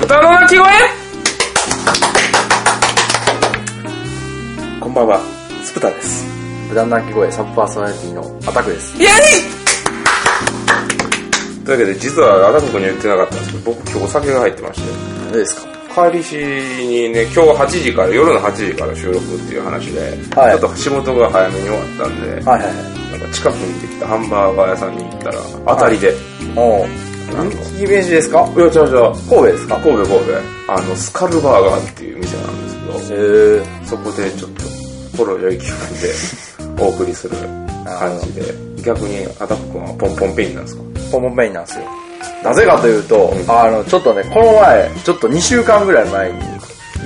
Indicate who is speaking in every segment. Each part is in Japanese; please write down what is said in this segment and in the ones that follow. Speaker 1: 豚の鳴き声
Speaker 2: こんばんは、スプタです。
Speaker 3: 無断な鳴き声サブパーソナリティのアタックです。
Speaker 1: や
Speaker 2: というわけで、実はアダム君には言ってなかったんですけど、僕今日お酒が入ってまして、
Speaker 3: 何でですか
Speaker 2: 帰りしにね、今日8時から、夜の8時から収録っていう話で、
Speaker 3: はい
Speaker 2: ちょっと仕事が早めに終わったんで、
Speaker 3: はいはい
Speaker 2: なんか近くにできたハンバーガー屋さんに行ったら、当たりで、
Speaker 3: はい。おう
Speaker 2: あの
Speaker 3: 人気名刺ですか
Speaker 2: いや、違う違う。
Speaker 3: 神戸です
Speaker 2: あ
Speaker 3: か
Speaker 2: 神戸神戸あのスカルバーガーっていう店なんです
Speaker 3: え
Speaker 2: け
Speaker 3: ー、
Speaker 2: どそこでちょっと心良い気分でお送りする感じで逆にアタック君はポンポンペインなんですか
Speaker 3: ポンポンペインなんですよ。なぜかというと、
Speaker 2: うん
Speaker 3: あの、ちょっとね、この前、ちょっと2週間ぐらい前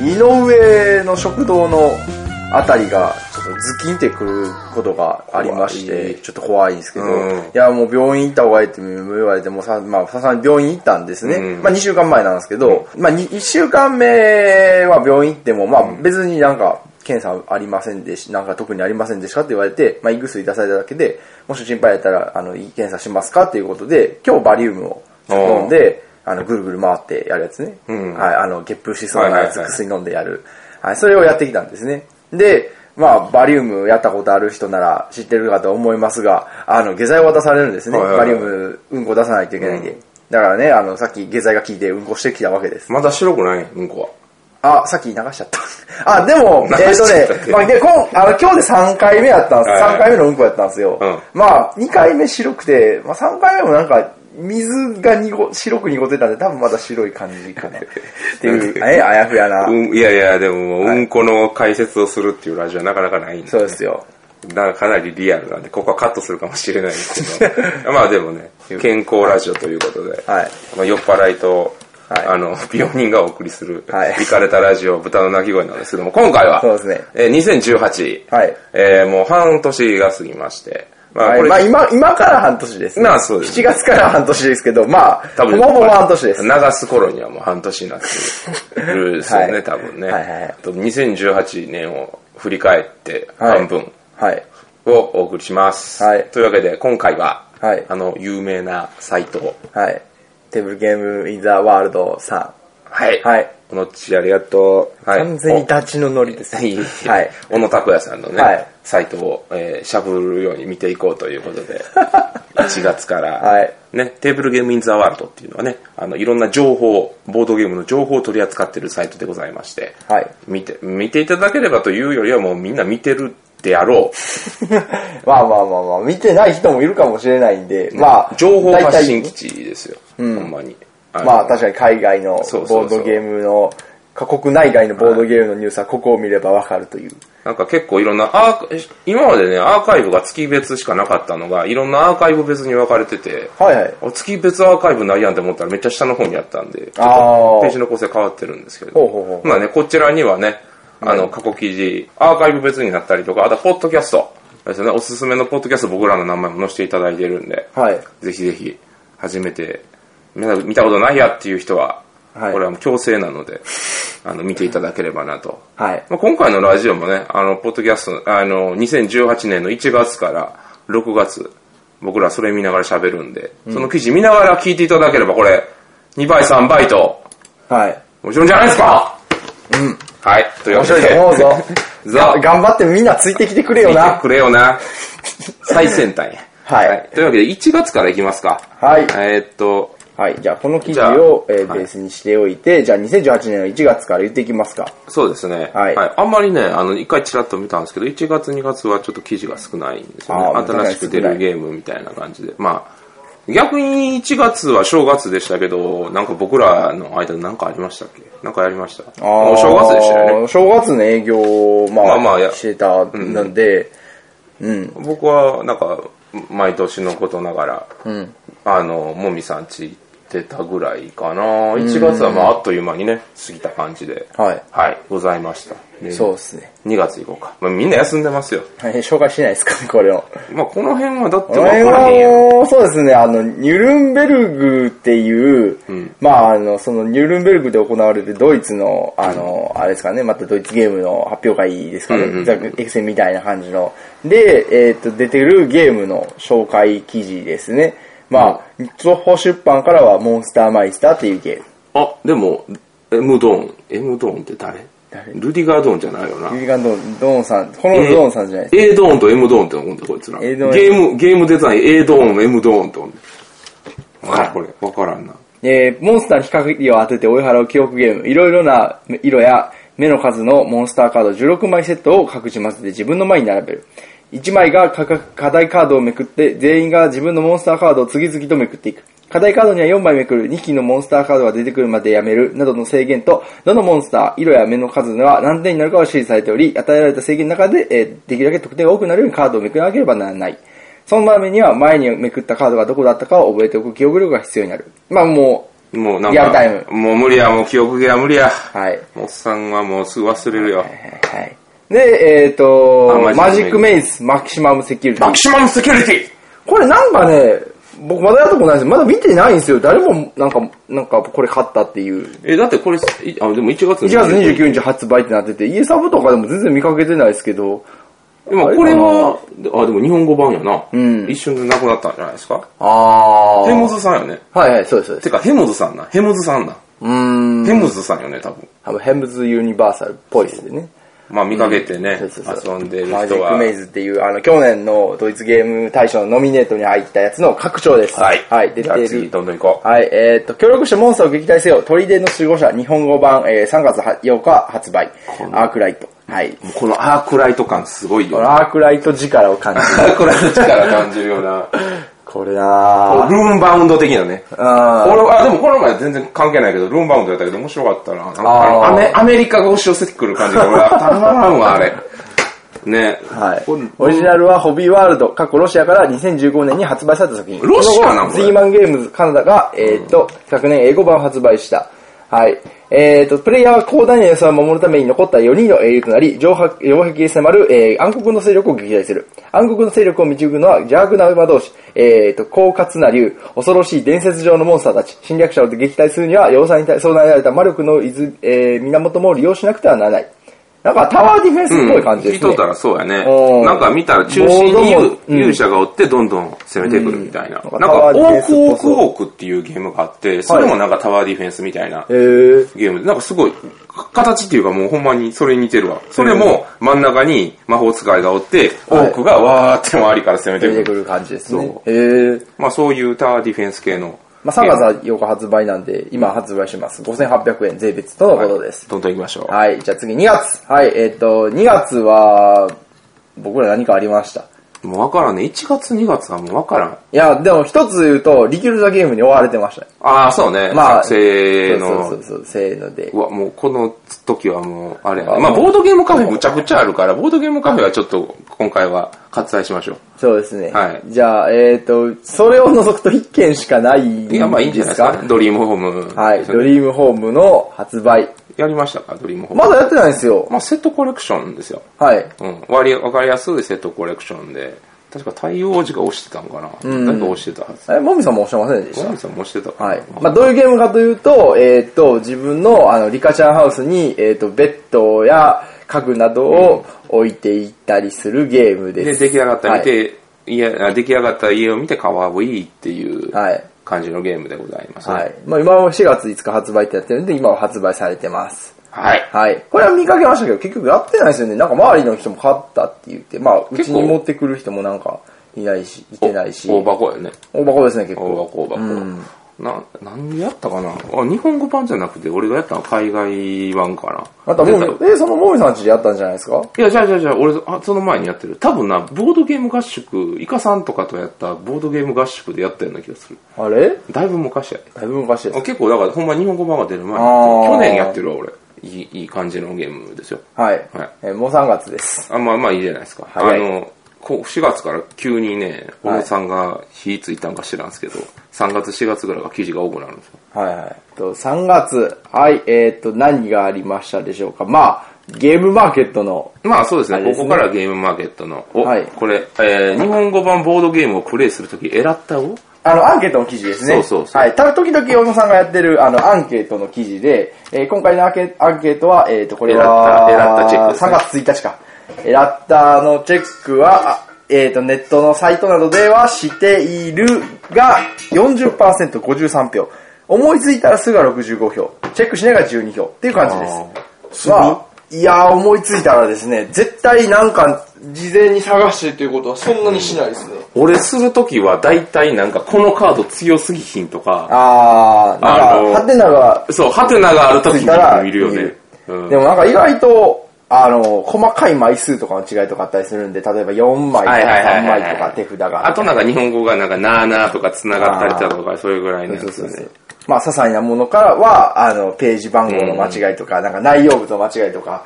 Speaker 3: に、井上の食堂のあたりが、ちょっとズキンってくることがありまし
Speaker 2: 怖
Speaker 3: て
Speaker 2: い、
Speaker 3: ちょっと怖いんですけど、
Speaker 2: うん
Speaker 3: いや、もう病院行った方がいいって言われて、もうさ、まあ、さすがに病院行ったんですね。
Speaker 2: うん
Speaker 3: まあ、2週間前なんですけど、まあ、1週間目は病院行っても、まあ、別になんか、検査ありませんでし、なんか特にありませんでしたって言われて、まあ、胃薬出されただけで、もし心配やったら、あの、胃検査しますかっていうことで、今日バリウムを飲んで、あの、ぐるぐる回ってやるやつね。
Speaker 2: うん
Speaker 3: はい、あの、ゲップしそうなや
Speaker 2: はいはい
Speaker 3: つ
Speaker 2: はい
Speaker 3: 薬飲んでやる。はい、それをやってきたんですね。で、まあ、バリウムやったことある人なら知ってるかと思いますが、あの、下剤を渡されるんですね。
Speaker 2: はいはいはい
Speaker 3: バリウム、うんこ出さないといけないんで。だからね、あの、さっき下剤が効いてうんこしてきたわけです。
Speaker 2: まだ白くないうんこ
Speaker 3: あ、さっき流しちゃった。あ、でも、
Speaker 2: 流
Speaker 3: えっ、
Speaker 2: しちゃった
Speaker 3: とね、まあ、で、こんあの今日で3回目やったんです。
Speaker 2: はいはい
Speaker 3: 3回目のうんこやったんですよ。
Speaker 2: うん
Speaker 3: まあ、2回目白くて、まあ、3回目もなんか、水が濁、白く濁ってたんで、多分まだ白い感じかな。っ ていう、え、あやふやな。
Speaker 2: は、うん、いやいやでもうんこの解説をするっていうラジオはなかなかないんで
Speaker 3: そうですよ。
Speaker 2: だからかなりリアルなんでここはカットするかもしれないですけ どまあでもね健康ラジオということで、
Speaker 3: はい。
Speaker 2: まあ、酔っ払いと、
Speaker 3: はい
Speaker 2: あの、 美容人がお送りする、
Speaker 3: はい
Speaker 2: 行かれたラジオ、豚の鳴き声なんですけども、今回は、
Speaker 3: そうですね
Speaker 2: えー2018、
Speaker 3: はい
Speaker 2: えーもう半年が過ぎまして、まあ、
Speaker 3: は
Speaker 2: こ
Speaker 3: い、
Speaker 2: れ、
Speaker 3: まあ今、今から半年です、ね。
Speaker 2: まあそうです
Speaker 3: 7月から半年ですけど、まあ、ほぼほぼ半年です。
Speaker 2: 流す頃にはもう半年になってるですよね、
Speaker 3: はい
Speaker 2: 多分ね。
Speaker 3: はいはいはい
Speaker 2: あと2018年を振り返って、
Speaker 3: はい
Speaker 2: 半分
Speaker 3: はい。
Speaker 2: をお送りします。
Speaker 3: はい
Speaker 2: というわけで、今回は、
Speaker 3: はい
Speaker 2: あの、有名なサイト、
Speaker 3: はい。テーブルゲームインザワールドさ
Speaker 2: はい。
Speaker 3: ん。はい。
Speaker 2: のっちありがとう。はい
Speaker 3: 完全に立ちのノリです。
Speaker 2: はい。
Speaker 3: はい。
Speaker 2: 小野拓也さんのね、
Speaker 3: はい
Speaker 2: サイトを、えーしゃぶるように見ていこうということ で、1月から、
Speaker 3: はい
Speaker 2: ね、テーブルゲームインザワールドっていうのはね、あの、いろんな情報、ボードゲームの情報を取り扱っているサイトでございまして、
Speaker 3: はい。
Speaker 2: 見て、見ていただければというよりはもうみんな見てるであろう。
Speaker 3: まあまあまあまあ、見てない人もいるかもしれないんで、まあ、
Speaker 2: 情報発信
Speaker 3: 大
Speaker 2: 基地ですよ。ほんまに。
Speaker 3: 体まあ確かに海外のボ
Speaker 2: そうそうそう
Speaker 3: ードゲームの、過国内外のボードゲームのニュースはここを見ればわかるという。
Speaker 2: なんか結構いろんなアーカ、今までね、アーカイブが月別しかなかったのが、いろんなアーカイブ別に分かれてて、
Speaker 3: はいはい。
Speaker 2: あ月別アーカイブないやんって思ったらめっちゃ下の方にあったんで、
Speaker 3: あ
Speaker 2: ページ
Speaker 3: ー
Speaker 2: の構成変わってるんですけれど。
Speaker 3: ほうほうほう
Speaker 2: まあね、こちらにはね、あの、過去記事、アーカイブ別になったりとか、あと、ポッドキャストですね、おすすめのポッドキャスト僕らの名前も載せていただいてるんで、
Speaker 3: はい。
Speaker 2: ぜひぜひ、初めて、見た見たことないやっていう人は、
Speaker 3: はい
Speaker 2: これはもう強制なので、あの、見ていただければなと。
Speaker 3: はい。
Speaker 2: まあ、今回のラジオもね、あの、ポッドキャスト、あの、2018年の1月から6月、僕らそれ見ながら喋るんで、その記事見ながら聞いていただければ、これ、2倍、3倍と、
Speaker 3: はい。
Speaker 2: 面白いんじゃないですかうん。はい。というわ
Speaker 3: 面
Speaker 2: け
Speaker 3: 白いと
Speaker 2: で、
Speaker 3: 思 うぞ。
Speaker 2: ザ
Speaker 3: が頑張ってみんなついてきてくれよ
Speaker 2: 見て
Speaker 3: な。
Speaker 2: くれよな。 最先端や。
Speaker 3: はい
Speaker 2: というわけで、1月からいきますか。
Speaker 3: はい
Speaker 2: えーっと、
Speaker 3: はい、じゃあこの記
Speaker 2: じ
Speaker 3: 事
Speaker 2: ゃあ
Speaker 3: を、えー
Speaker 2: はい
Speaker 3: ベースにしておいて、じゃあ2018年の1月から言っていきますか。
Speaker 2: そうですね。
Speaker 3: はい
Speaker 2: あんまりね、あの、一回チラッと見たんですけど、1月、2月はちょっと記事が少ないんですよね。
Speaker 3: あー
Speaker 2: 新しく出るゲームみたいな感じで。まあ、逆に1月は正月でしたけど、なんか僕らの間で何かありましたっけなんかやりました。もう正月でしたよね。
Speaker 3: ね。正月の営業を、まあ、
Speaker 2: まあまあや
Speaker 3: してたんで、うん、
Speaker 2: 僕は、なんか、毎年のことながら、
Speaker 3: うん、
Speaker 2: あの、もみさんち行ってたぐらいかな。1月はまあ、あっという間にね、過ぎた感じで。
Speaker 3: はい。
Speaker 2: はい、ございました。で
Speaker 3: そうですね。
Speaker 2: 2月行こうか。まあ、みんな休んでますよ。
Speaker 3: はい、紹介してないですか、これを。
Speaker 2: まあ、この辺はだって
Speaker 3: こ
Speaker 2: 分か
Speaker 3: れ
Speaker 2: らへんやん。
Speaker 3: はもう、そうですね、あの、ニュルンベルグっていう、まあ、あの、そのニュルンベルグで行われて、ドイツの、あの、あれですかね、またドイツゲームの発表会ですかね、ザエクセンみたいな感じの。で、えっ、と、出てるゲームの紹介記事ですね。まあ、情報出版からは、モンスターマイスターっていうゲーム。
Speaker 2: あ、でも、エムドーン。エムドーンって誰
Speaker 3: 誰
Speaker 2: ルディガードーンじゃないよな。
Speaker 3: ユリガンドン、ドーンさん、この
Speaker 2: え
Speaker 3: ドーンさんじゃないです
Speaker 2: A ドーンと M ドーンって呼んで、こいつら。ゲ
Speaker 3: A ドーン
Speaker 2: ーム、ゲームデザイン A ドーン、M ドーンって呼んで。わからん、これ。わからんな。
Speaker 3: えーモンスターに光を当てて追い払う記憶ゲーム、いろいろな色や目の数のモンスターカード16枚セットを隠し混ぜて自分の前に並べる。1枚がかか課題カードをめくって、全員が自分のモンスターカードを次々とめくっていく。課題カードには4枚めくる、2機のモンスターカードが出てくるまでやめる、などの制限と、どのモンスター、色や目の数は何点になるかを指示されており、与えられた制限の中で、えーできるだけ得点が多くなるようにカードをめくらなければならない。その場面には前にめくったカードがどこだったかを覚えておく記憶力が必要になる。まあも
Speaker 2: もうなん
Speaker 3: リアルタイ
Speaker 2: か、もう無理や、もう記憶が無理や。
Speaker 3: う、はい。はい
Speaker 2: おっさんはもうすぐ忘れるよ。
Speaker 3: はい。で、えっ、と
Speaker 2: あ、マ
Speaker 3: マ
Speaker 2: ジッ
Speaker 3: ジッ
Speaker 2: ク
Speaker 3: ク
Speaker 2: メ
Speaker 3: メイズ、マキシマムセキュリティ
Speaker 2: マ。キシマムセキュリテ
Speaker 3: これなんかね、僕まだやったことないんですよまだ見てないんですよ。誰もなんか、なんかこれ買ったっていう。
Speaker 2: ィえ、だってこれ、いあ、でも1月
Speaker 3: 1月29日発売ってなってて、家サブとかでも全然見かけてないですけど、
Speaker 2: でもこれは、あ、でも日本語版やな。
Speaker 3: ん
Speaker 2: 一瞬でなくなったんじゃないですか。
Speaker 3: あ
Speaker 2: ヘムズさんよね。
Speaker 3: はいはい、そうです、そうです。
Speaker 2: てか、ヘムズさんな。ヘムズさんな。
Speaker 3: うーん。
Speaker 2: ヘムズさんよね、多分。
Speaker 3: 多分ヘムズユニバーサルっぽいですね。
Speaker 2: まあ見かけてね、
Speaker 3: そうそうそう
Speaker 2: 遊んでる人は。
Speaker 3: マジックメイズっていう、あの、去年のドイツゲーム大賞のノミネートに入ったやつの拡張です。
Speaker 2: はい。
Speaker 3: はい、出
Speaker 2: じゃあ
Speaker 3: て
Speaker 2: 次、
Speaker 3: る。
Speaker 2: どんどん行こう。
Speaker 3: はい、えっ、と、協力してモンスターを撃退せよ、砦の守護者、日本語版、えー3月8日発売、アークライト。はい。
Speaker 2: もうこのアークライト感すごいよ。ア
Speaker 3: アークライト力を感じる。
Speaker 2: ークライト力感じるよ な。
Speaker 3: これな
Speaker 2: ルーンバウンド的なね。
Speaker 3: あ
Speaker 2: 俺は、あでもこの前全然関係ないけど、ルーンバウンドやったけど面白かったな。なんかあの
Speaker 3: あー
Speaker 2: アメアメリカが押し寄せてくる感じが俺はたまらんわ、あれ。ね。
Speaker 3: はい
Speaker 2: これ。
Speaker 3: オリジナルはホビーワールド、過去ロシアから2015年に発売された作品。
Speaker 2: ロシアなのこれ
Speaker 3: ツイーマンゲームズカナダが、えーっと、昨年英語版を発売した。はい。えーっと、プレイヤーは広大な予算を守るために残った4人の英雄となり、城壁城壁に迫る、えー暗黒の勢力を撃退する。暗黒の勢力を導くのは邪悪な馬同士、えーっと、狡猾な竜、恐ろしい伝説上のモンスターたち、侵略者を撃退するには、要塞に備えられた魔力のいず、えー源も利用しなくてはならない。なんかタワーディフェンスっぽい感じ
Speaker 2: 聞
Speaker 3: で
Speaker 2: い
Speaker 3: すね。
Speaker 2: とったらそうやね
Speaker 3: う。ん
Speaker 2: なんか見たら中心に
Speaker 3: ボードもうん
Speaker 2: 勇勇者がおってどんどん攻めてくるみたいな。
Speaker 3: うん
Speaker 2: なんか、オ
Speaker 3: タワーディフェ
Speaker 2: ークオー
Speaker 3: ンスっぽ
Speaker 2: ク
Speaker 3: そう
Speaker 2: オークっていうゲームがあって、それもなんかタワーディフェンスみたいな
Speaker 3: えー、
Speaker 2: ゲームで、なんかすごい、か形っていうかもうほんまにそれに似てるわ。それも真ん中に魔法使いがおって、多
Speaker 3: はい
Speaker 2: くがわーって周りから攻めて
Speaker 3: 出
Speaker 2: くる。
Speaker 3: てくる感じですね
Speaker 2: そ。
Speaker 3: へえ。
Speaker 2: まあそういうタワーディフェンス系の。
Speaker 3: まあ、3月8日発売なんで、今発売します。5800円税別とのことです。
Speaker 2: どんどん行きましょう。
Speaker 3: はい、じゃあ次2月。はい、えっ、と、2月は、僕ら何かありました。
Speaker 2: もうわからんね。1月2月はもうわからん。
Speaker 3: いや、でも一つ言うと、リキュール・ザ・ゲームに追われてましたね。
Speaker 2: ああ、そうね。
Speaker 3: まあ、
Speaker 2: 作成
Speaker 3: そう
Speaker 2: の
Speaker 3: そう。そうそう、せーので
Speaker 2: う。わ、もうこの時はもう、あれやね。
Speaker 3: あ
Speaker 2: まあボードゲームカフェむちゃくちゃあるから、ボードゲームカフェはちょっと今回は割愛しましょう。
Speaker 3: そうですね。
Speaker 2: はい
Speaker 3: じゃあ、えっ、と、それを除くと1件しかないんですか
Speaker 2: いや、まあいいんじゃないですかね。ドリームホーム。
Speaker 3: はい、ドリームホームの発売。
Speaker 2: やりましたか、ドリームホーム。
Speaker 3: まだやってないんですよ。
Speaker 2: まあセットコレクションですよ。
Speaker 3: はい。
Speaker 2: うん、割り分かりやすいセットコレクションで、確か太陽王子が押してたのかな、誰か押してたはず。
Speaker 3: え、もみさんもおっしゃいませんでした
Speaker 2: ゴンさんも押してたかな、
Speaker 3: はい。まあ、どういうゲームかというと、えーっと、自分の、あの、リカちゃんハウスに、えーっと、ベッドや家具などを置いていったりするゲーム
Speaker 2: で、
Speaker 3: です。
Speaker 2: 出来上がった見て、い、や、あ出来上がった家を見てかわいいっていう
Speaker 3: はい。
Speaker 2: 感じのゲームでございます。
Speaker 3: はい。まあ、今は4月5日発売ってやってるんで、今は発売されてます。
Speaker 2: はい。
Speaker 3: はい。これは見かけましたけど、結局やってないですよね。なんか周りの人も買ったって言って、まあ、うち
Speaker 2: 結構
Speaker 3: に持ってくる人もなんか、いないし、いてないし。
Speaker 2: 大箱やね。
Speaker 3: 大箱ですね、結
Speaker 2: 大
Speaker 3: 構。
Speaker 2: 箱、大箱。な、なんでやったかなあ、日本語版じゃなくて、俺がやったのは海外版かな。
Speaker 3: また、も
Speaker 2: 出た
Speaker 3: み、え、そのもみさんちでやったんじゃないですか
Speaker 2: いや、じゃあじゃあじゃあ、俺、あ、その前にやってる。多分な、ボードゲーム合宿、イカさんとかとやったボードゲーム合宿でやったような気がする。
Speaker 3: あれ
Speaker 2: だいぶ昔やで。
Speaker 3: だいぶ昔です
Speaker 2: あ。結構だからほんま日本語版が出る前
Speaker 3: あー
Speaker 2: 去年やってるわ俺いいいい感じのゲームですよ
Speaker 3: はい。
Speaker 2: はい
Speaker 3: えーもう3月です。
Speaker 2: あまあまあいいじゃないですか、
Speaker 3: は
Speaker 2: あ
Speaker 3: い
Speaker 2: のこう4月から急にね小
Speaker 3: はい
Speaker 2: 野さんが火ついたんか知らんすけど、3月4月ぐらいが記事が多くなるんですよ
Speaker 3: はいはい。えっと、3月、はい、えーっと、何がありましたでしょうか。まあ、ゲームマーケットの、
Speaker 2: まあそうですね
Speaker 3: あれです
Speaker 2: こ
Speaker 3: ね
Speaker 2: こからゲームマーケットのお、
Speaker 3: はい
Speaker 2: これ、えー日本語版ボードゲームをプレイするとき選ったを
Speaker 3: あの、アンケートの記事ですね。
Speaker 2: そうそうそう
Speaker 3: はい。た、時々、小野さんがやってる、あの、アンケートの記事で、えー今回のアンケアンケートは、えーっと、これは、
Speaker 2: エラッタエラッタチェックですね
Speaker 3: 3月1日か。エラッタのチェックは、あえーっと、ネットのサイトなどではしているが、40%53 票。思いついたらすが65票、チェックしながら12票っていう感じです。
Speaker 2: あー
Speaker 3: まあ、いやー思いついたらですね、絶対なんか事前に探してっていうことはそんなにしないですね。
Speaker 2: 俺するときは大体なんかこのカード強すぎひんとか、
Speaker 3: あー、
Speaker 2: あ
Speaker 3: なん
Speaker 2: の
Speaker 3: か、ハテナが
Speaker 2: そう、ハテナがあるときに見るよ
Speaker 3: 見
Speaker 2: ね
Speaker 3: る。
Speaker 2: うん
Speaker 3: でもなんか意外と、あの、細かい枚数とかの違いとかあったりするんで、例えば4枚とか
Speaker 2: はいはいはい
Speaker 3: 3
Speaker 2: はい
Speaker 3: 枚とか手札が。
Speaker 2: あとなんか日本語がなんかなーなーとか繋がったりだとか、それぐらいのや
Speaker 3: そう
Speaker 2: つ
Speaker 3: そう
Speaker 2: だ
Speaker 3: そう
Speaker 2: ね。
Speaker 3: まあ、些細なものからは、あの、ページ番号の間違いとか、なんか内容物の間違いとか、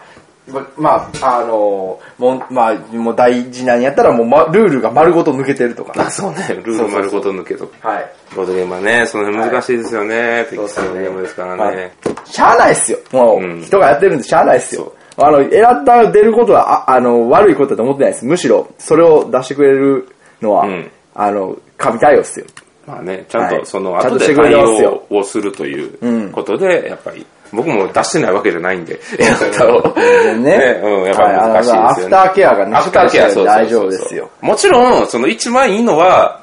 Speaker 3: まあ、あの、もんまあ、もう大事なんやったら、もう、ま、ルールが丸ごと抜けてるとか。
Speaker 2: あ、そうね。ルール丸ごと抜けとか。
Speaker 3: はい。
Speaker 2: ボードゲームはね、その辺難しいですよね。適
Speaker 3: そう
Speaker 2: 当なゲームですからね。
Speaker 3: しゃあないっすよ。も
Speaker 2: うん
Speaker 3: う、人がやってるんでしゃあないっすよ。あの、選んだ出ることは、ああの、悪いことだと思ってないです。むしろ、それを出してくれるのは、
Speaker 2: うん
Speaker 3: あの、神対応っすよ。
Speaker 2: まあね、ちゃん
Speaker 3: は
Speaker 2: と
Speaker 3: い
Speaker 2: その
Speaker 3: ちゃん
Speaker 2: 後
Speaker 3: とし
Speaker 2: で
Speaker 3: てくれ
Speaker 2: 対
Speaker 3: てますよ
Speaker 2: 応をするということで、やっぱり、僕も出してないわけじゃないんで、やったを。
Speaker 3: 全然ね。
Speaker 2: うん、やっぱり難しい
Speaker 3: はあの
Speaker 2: です
Speaker 3: ア
Speaker 2: よ
Speaker 3: フ
Speaker 2: ね
Speaker 3: タ。ーケアがな
Speaker 2: アフターケア、そうそうそうそう
Speaker 3: 大丈夫ですよ。。
Speaker 2: もちろん、その一番いいのは、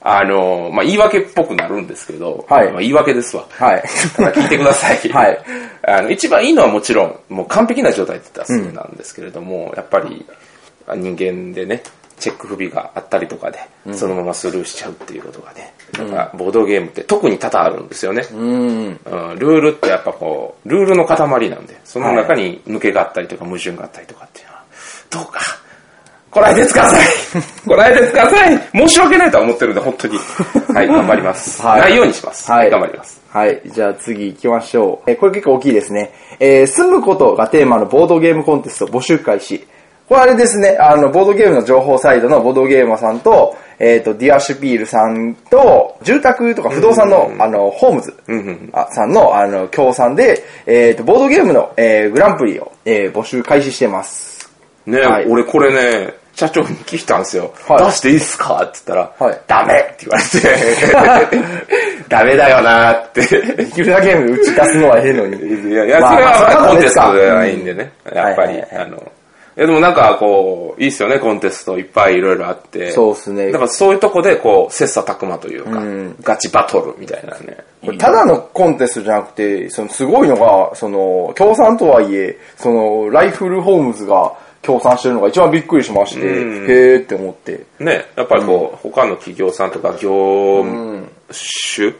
Speaker 2: あの、まあ、言い訳っぽくなるんですけど、
Speaker 3: はい
Speaker 2: まあ、言い訳ですわ。
Speaker 3: はい。
Speaker 2: ただ聞いてください。
Speaker 3: はい。
Speaker 2: あの、一番いいのはもちろん、もう完璧な状態って言ったらそれなんですけれども、やっぱり、あ人間でね、チェック不備があったりとかで、そのままスルーしちゃうっていうことがね、なんかボードゲームって特に多々あるんですよね。
Speaker 3: うん。
Speaker 2: うんルールってやっぱこう、ルールの塊なんで、その中に抜けがあったりとか矛盾があったりとかっていうのは、どうか、こらえてつかさ いこらえてつかさい申し訳ないとは思ってるんで、本当に。はい、頑張ります。
Speaker 3: はい
Speaker 2: ないようにします。
Speaker 3: はい
Speaker 2: 頑張ります。
Speaker 3: はい。じゃあ次行きましょう。えーこれ結構大きいですね。えー住むことがテーマのボードゲームコンテスト募集開始。これあれですね、あの、ボードゲームの情報サイトのボードゲーマーさんと、えっ、と、ディアシュピールさんと、住宅とか不動産の、あの、ホームズあさんの、あの、協賛で、えっ、と、ボードゲームの、えーグランプリを、えー募集開始してます。
Speaker 2: ね、
Speaker 3: はい
Speaker 2: 俺これね、社長に聞いたんですよ。
Speaker 3: はい
Speaker 2: 出していいっすかって言ったら、
Speaker 3: はい
Speaker 2: ダメって言われて、 ダメだよなーっ て。
Speaker 3: できるだけ打ち出すのはええの に。
Speaker 2: いや、いや、
Speaker 3: まあ
Speaker 2: それはまあ
Speaker 3: まあ
Speaker 2: コンテスト
Speaker 3: そう
Speaker 2: じゃ
Speaker 3: な
Speaker 2: なんい
Speaker 3: ですか
Speaker 2: んでね。
Speaker 3: うん
Speaker 2: やっぱり、
Speaker 3: はいはいは
Speaker 2: あの、いやでもなんかこう、いいっすよね、コンテストいっぱいいろいろあって。
Speaker 3: そうっすね
Speaker 2: だからそういうとこでこう、切磋琢磨というか、
Speaker 3: ん
Speaker 2: ガチバトルみたいなね。
Speaker 3: これただのコンテストじゃなくて、そのすごいのが、その、協賛とはいえ、その、ライフルホームズが協賛してるのが一番びっくりしまして、
Speaker 2: うん
Speaker 3: へーって思って。
Speaker 2: ね、やっぱりこう、他の企業さんとか業種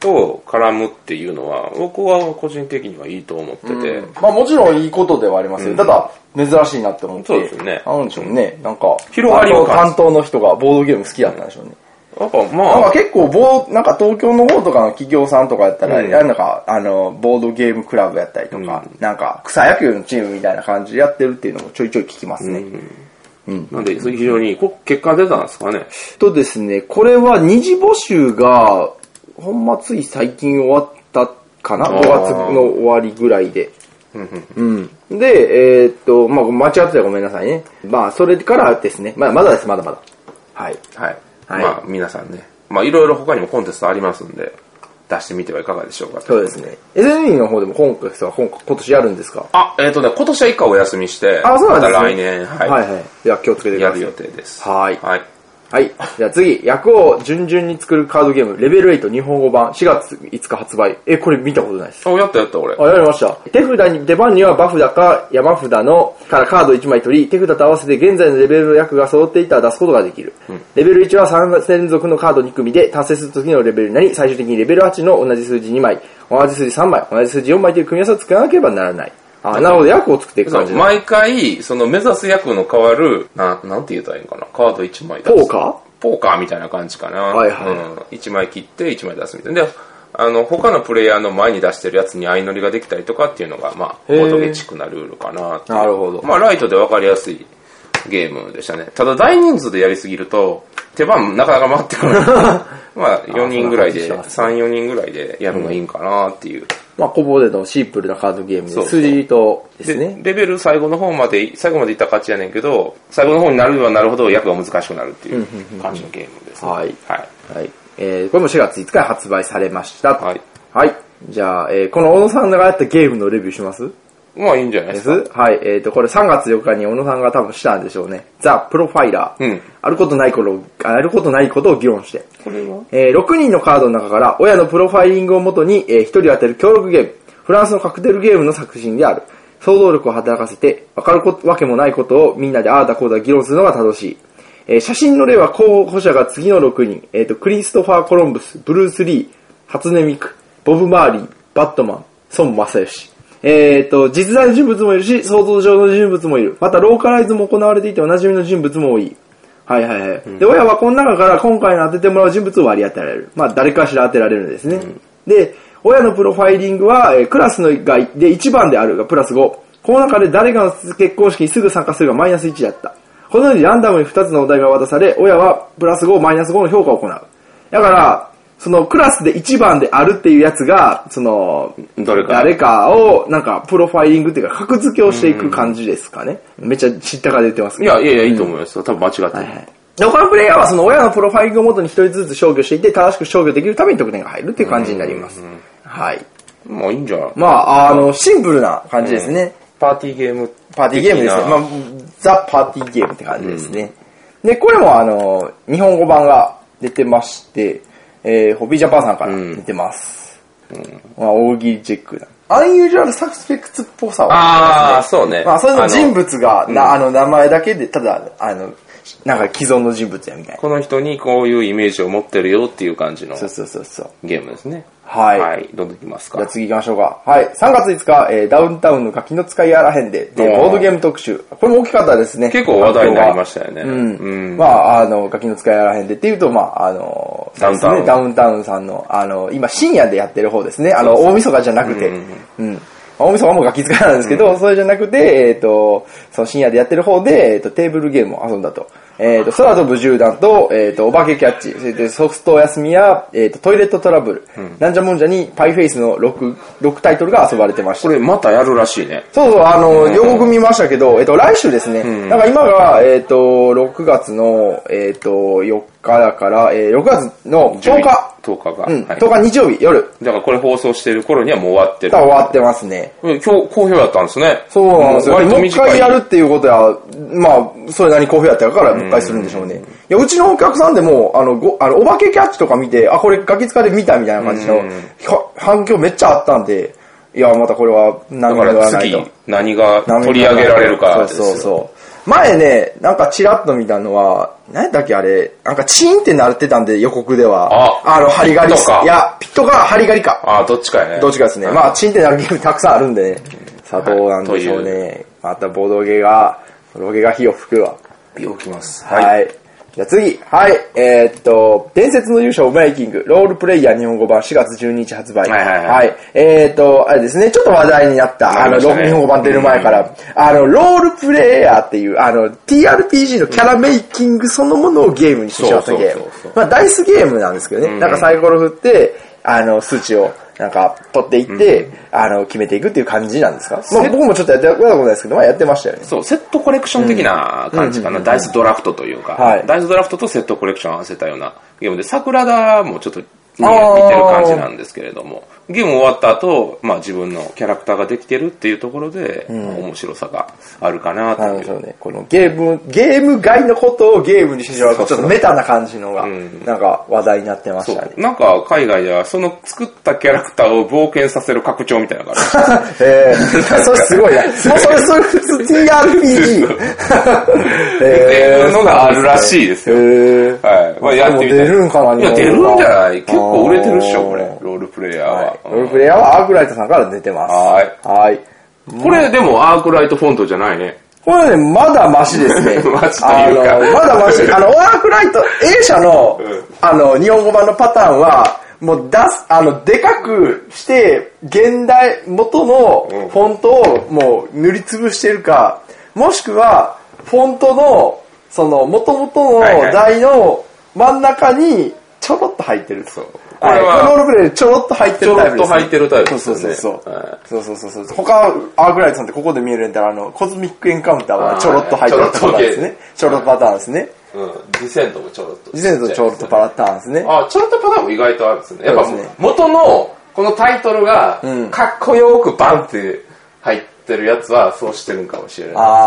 Speaker 2: と絡むっていうのは、僕は個人的にはいいと思ってて、
Speaker 3: まあもちろんいいことではありますよ。ただ、珍しいなって思って。
Speaker 2: そうですよね
Speaker 3: なんでしょうね。なんか、
Speaker 2: 広がりも
Speaker 3: 担当担当の人がボードゲーム好きだったんでしょうね。
Speaker 2: やっぱ
Speaker 3: なん
Speaker 2: ま
Speaker 3: か
Speaker 2: あ、
Speaker 3: 結構ボー、なんか東京の方とかの企業さんとかやったら、
Speaker 2: うん
Speaker 3: なんか、あの、ボードゲームクラブやったりとか、なんか、草野球のチームみたいな感じでやってるっていうのもちょいちょい聞きますね。
Speaker 2: なんで非常にこ結果出たんですかね。
Speaker 3: とですね、これは二次募集が、ほんまつい最近終わったかな
Speaker 2: あー
Speaker 3: ?5 月の終わりぐらいで。うん、で、えーっと、まあ間違ってたらごめんなさいね。まあ、それからですね。まあ、まだです、まだまだ。はい。
Speaker 2: はい。
Speaker 3: はい
Speaker 2: まあ、皆さんね。まあ、いろいろ他にもコンテストありますんで、出してみてはいかがでしょうか
Speaker 3: そうですね。SNE の方でも今回は今今年やるんですか
Speaker 2: あ、えっ、とね、今年は一回お休みして、
Speaker 3: あ、そうなんですね。
Speaker 2: また来年、はい、
Speaker 3: はいはい。では気をつけてく
Speaker 2: や
Speaker 3: だ
Speaker 2: る
Speaker 3: さい
Speaker 2: 予。定です。
Speaker 3: はい
Speaker 2: はい。
Speaker 3: はい。じゃあ次、役を順々に作るカードゲーム、レベル8日本語版、4月5日発売。え、これ見たことないです。
Speaker 2: あ、やったやった、俺。
Speaker 3: あ、やりました。手札に、出番にはバフだか山札の、からカード1枚取り、手札と合わせて現在のレベルの役が揃っていたら出すことができる。レベル1は3連続のカード2組で、達成するときのレベルになり、最終的にレベル8の同じ数字2枚、同じ数字3枚、同じ数字4枚という組み合わせを作らなければならない。あ、なるほど、役を作っていく
Speaker 2: そ
Speaker 3: 感
Speaker 2: う
Speaker 3: じ。
Speaker 2: 毎回、その目指す役の変わる、な、なんて言ったらいいのかな、カード1枚出
Speaker 3: ポ
Speaker 2: す。
Speaker 3: ーカ
Speaker 2: ポーカーみたいな感じかな。
Speaker 3: はいはい
Speaker 2: うん。1枚切って1枚出すみたいな。で、あの、他のプレイヤーの前に出してるやつに相乗りができたりとかっていうのが、まあ、
Speaker 3: へー
Speaker 2: ボードゲチックなルールかなっていう
Speaker 3: なるほど
Speaker 2: まあ、ライトで分かりやすいゲームでしたね。ただ、大人数でやりすぎると、手番なかなか回って こない。まあ、4人ぐらいで、
Speaker 3: そ
Speaker 2: 3
Speaker 3: んな感じ、
Speaker 2: 4人ぐらいでやるのがいいんかなっていう。
Speaker 3: まあ、コボでのシンプルなカードゲーム
Speaker 2: そう
Speaker 3: で、
Speaker 2: そう
Speaker 3: 数字とです
Speaker 2: で、
Speaker 3: ね。
Speaker 2: レベル最後の方まで、最後までいったら勝ちやねんけど、最後の方になるはなるほど役が難しくなるっていう感じのゲームですね。
Speaker 3: はい
Speaker 2: はい。
Speaker 3: はい。えー、これも4月5日に発売されました。
Speaker 2: はい。
Speaker 3: はい。じゃあ、えー、この小野さんがやったゲームのレビューします
Speaker 2: まあいいんじゃないで
Speaker 3: ですす
Speaker 2: か。
Speaker 3: はい。えっ、と、これ3月4日に小野さんが多分したんでしょうね。ザ・プロファイラー。
Speaker 2: うん
Speaker 3: あることないことを、ああることないことを議論して。
Speaker 2: これは
Speaker 3: えー6人のカードの中から親のプロファイリングをもとに、えー1人を当てる協力ゲーム。フランスのカクテルゲームの作品である。想像力を働かせて、わかるこわけもないことをみんなでああだこうだ議論するのが正しい。えー写真の例は候補者が次の6人。えっ、と、クリストファー・コロンブス、ブルース・リー、初音ミク、ボブ・マーリー、バットマン、孫正義。えっ、と、実在の人物もいるし、想像上の人物もいる。また、ローカライズも行われていておなじみの人物も多い。はいはいはい。で、親はこの中から今回の当ててもらう人物を割り当てられる。まあ、誰かしら当てられるんですね。で、親のプロファイリングは、えークラスのがで1番であるが、プラス5。この中で誰かの結婚式にすぐ参加するがマイナス1だった。このようにランダムに2つのお題が渡され、親はプラス5、マイナス5の評価を行う。だから、そのクラスで1番であるっていうやつが、その、
Speaker 2: 誰か
Speaker 3: 誰かを、なんか、プロファイリングっていうか、格付けをしていく感じですかね。めっちゃ知ったか出てますけど
Speaker 2: いや、いやいや、いいと思います。多分間違ってる。
Speaker 3: はい。で、他のプレイヤーはその親のプロファイリングをもとに一人ずつ消去していって、正しく消去できるために得点が入るっていう感じになります。はい。
Speaker 2: まあいいんじゃない、
Speaker 3: まあ、あの、シンプルな感じですね。
Speaker 2: パーティーゲーム。
Speaker 3: パーティーゲームですね。
Speaker 2: 的
Speaker 3: ま
Speaker 2: な
Speaker 3: あ、ザ・パーティーゲームって感じですね。で、これもあの、日本語版が出てまして、えー、ホビージャパンさんから出てます。まあ、大喜利チェックだ。アンユージュアルサスペクツっぽさは
Speaker 2: ああ、そうね。
Speaker 3: まあ、それの人
Speaker 2: の
Speaker 3: 物が、なあの、名前だけで、ただ、あの、なんか既存の人物やみたいな。
Speaker 2: この人にこういうイメージを持ってるよっていう感じの
Speaker 3: そうそうそうそう。
Speaker 2: ゲームですね。
Speaker 3: はい
Speaker 2: はい。どんどんいきます
Speaker 3: じゃあ
Speaker 2: か。
Speaker 3: 次行きましょうか。はい。3月5日、えーダウンタウンのガキの使いやらへんで、で
Speaker 2: おー
Speaker 3: ボードゲーム特集。これも大きかったですね。
Speaker 2: 結構話題になりましたよね。
Speaker 3: うん。
Speaker 2: うん。
Speaker 3: まあ、あの、ガキの使いやらへんでっていうと、まあ、あの、
Speaker 2: ダウンタウン
Speaker 3: そうですねダウンタウンさんの、あの、今深夜でやってる方ですね。あの、大晦日じゃなくて。うん。大晦日もガキ使いなんですけど、それじゃなくて、えっ、と、その深夜でやってる方で、えっ、と、テーブルゲームを遊んだと。えっ、と、空飛ぶ銃弾と、えっ、と、お化けキャッチ、それでソフトお休みや、えっ、と、トイレットトラブル、なんじゃもんじゃに、パイフェイスの6、6タイトルが遊ばれてました
Speaker 2: こ。れまたやるらしいね。
Speaker 3: そうそう、あの、予告見ましたけど、えっと、来週ですね。なんか今が、えっと、6月の、えっと、4日だから、えー6月の10日、
Speaker 2: 10日が。
Speaker 3: うん、
Speaker 2: はい
Speaker 3: 10日日曜日、夜、
Speaker 2: だからこれ放送してる頃にはもう終わってる
Speaker 3: 多。分終わってますね。
Speaker 2: うん今日、好評やったんですね。
Speaker 3: そうなんですよ。
Speaker 2: 割
Speaker 3: も
Speaker 2: と
Speaker 3: う一
Speaker 2: 短
Speaker 3: 回
Speaker 2: い。
Speaker 3: やるっていうことは、まあ、それなりに好評やったから、もう一回するんでしょうね。いや、うちのお客さんでも、あの、ご、あの、お化けキャッチとか見て、あ、これガキ使で見たみたいな感じの、か反響めっちゃあったんで、いや、またこれは、な
Speaker 2: だ
Speaker 3: ん
Speaker 2: から次、何が取り上げられるかです
Speaker 3: そ
Speaker 2: よ。
Speaker 3: うそうそう。前ね、なんかチラッと見たのは、何やったっけあれ、なんかチーンってなってたんで予告では。
Speaker 2: あ
Speaker 3: あの、ハリガリ
Speaker 2: ピットか
Speaker 3: いや、ピットかハリガリか。
Speaker 2: ああ、どっちかやね。
Speaker 3: どっちかですね。まあ、チーンってなるゲームたくさんあるんでね。佐藤なんでしょう
Speaker 2: と
Speaker 3: ね。またボドゲが、ボドゲが火を吹くわ。
Speaker 2: 病気ます。
Speaker 3: はい。じゃあ次。はい。えーっと、伝説の勇者オブライキング、ロールプレイヤー日本語版4月12日発売。
Speaker 2: はいはいはい
Speaker 3: えーっと、あれですね、ちょっと話題になった、
Speaker 2: な
Speaker 3: あ
Speaker 2: り
Speaker 3: の、
Speaker 2: ましたね
Speaker 3: 日本語版出る前から、あの、ロールプレイヤーっていう、あの、TRPG のキャラメイキングそのものをゲームにしてしまったゲー
Speaker 2: そうそ
Speaker 3: ム
Speaker 2: うそう。
Speaker 3: まあ、ダイスゲームなんですけどね、
Speaker 2: ん
Speaker 3: なんかサイコロ振って、あの、数値を、なんか、取っていって、あの、決めていくっていう感じなんですかまあ、僕もちょっとやったことないですけど、まあ、やってましたよね。
Speaker 2: そう、セットコレクション的な感じかな。ダイスドラフトというか、
Speaker 3: はい
Speaker 2: ダイスドラフトとセットコレクションを合わせたようなゲームで、桜田もちょっと似似
Speaker 3: あー
Speaker 2: てる感じなんですけれども、ゲーム終わった後、まあ自分のキャラクターができてるっていうところで、面白さがあるかなと
Speaker 3: ないる
Speaker 2: う。
Speaker 3: ほどね。このゲーム、ゲーム外のことをゲームにしてしまうと、ちょっとメタな感じのが、なんか話題になってまし
Speaker 2: そ
Speaker 3: たね。
Speaker 2: う。なんか、海外では、その作ったキャラクターを冒険させる拡張みたいなのがある。
Speaker 3: えー、 それすごいな。もうそれ、それ普通 TRPG。
Speaker 2: っていうのがあるらしいですよ
Speaker 3: へー
Speaker 2: はい。まあ、やってみたい。
Speaker 3: でも出るんかない
Speaker 2: や、出るんじゃない
Speaker 3: 日
Speaker 2: 結
Speaker 3: 本
Speaker 2: 構
Speaker 3: 語
Speaker 2: 売
Speaker 3: 版
Speaker 2: れてるっしょ、これ
Speaker 3: あー。
Speaker 2: ロールプレイヤーは。
Speaker 3: はい。
Speaker 2: うん
Speaker 3: ロールプレイヤーはアークライトさんから出てます。
Speaker 2: は
Speaker 3: はい。
Speaker 2: これでもアークライトフォントじゃないね。。
Speaker 3: これね、まだマシですね
Speaker 2: マシと
Speaker 3: あ
Speaker 2: い
Speaker 3: の、
Speaker 2: うか
Speaker 3: まだマシ。あの、ワークライト A 社の
Speaker 2: ん、
Speaker 3: あの、日本語版のパターンは、もう出す、あの、でかくして、現代元
Speaker 2: うん
Speaker 3: のフォントをもう塗りつぶしてるか、もしくは、フォントの、その、元々の
Speaker 2: はいはい
Speaker 3: 台の真ん中に、ちょろっと入ってる。そう。
Speaker 2: これは
Speaker 3: ロールプレイでちょろっと入って
Speaker 2: ちょ
Speaker 3: るタイ
Speaker 2: ろっ
Speaker 3: プで
Speaker 2: と
Speaker 3: す、ね。
Speaker 2: 入ってるタイプ
Speaker 3: そう
Speaker 2: です
Speaker 3: そう
Speaker 2: よ
Speaker 3: そ
Speaker 2: ね。
Speaker 3: うそう
Speaker 2: はい。
Speaker 3: そうそうそうそう。他、アークライトさんってここで見えるんだったら、あの、コズミックエンカウンターはちょろっと入ってるパターンですね。ちょろっとパターンですね。
Speaker 2: うん。ディセントもちょろっと。
Speaker 3: 次戦とちょろっとパターンですね。
Speaker 2: あ、ちょろっとパターンも意外とあるんですね。やっぱ
Speaker 3: そうですね
Speaker 2: 元のこのタイトルが
Speaker 3: うん
Speaker 2: かっこよくバンって入ってるやつはそうしてるんかもしれない。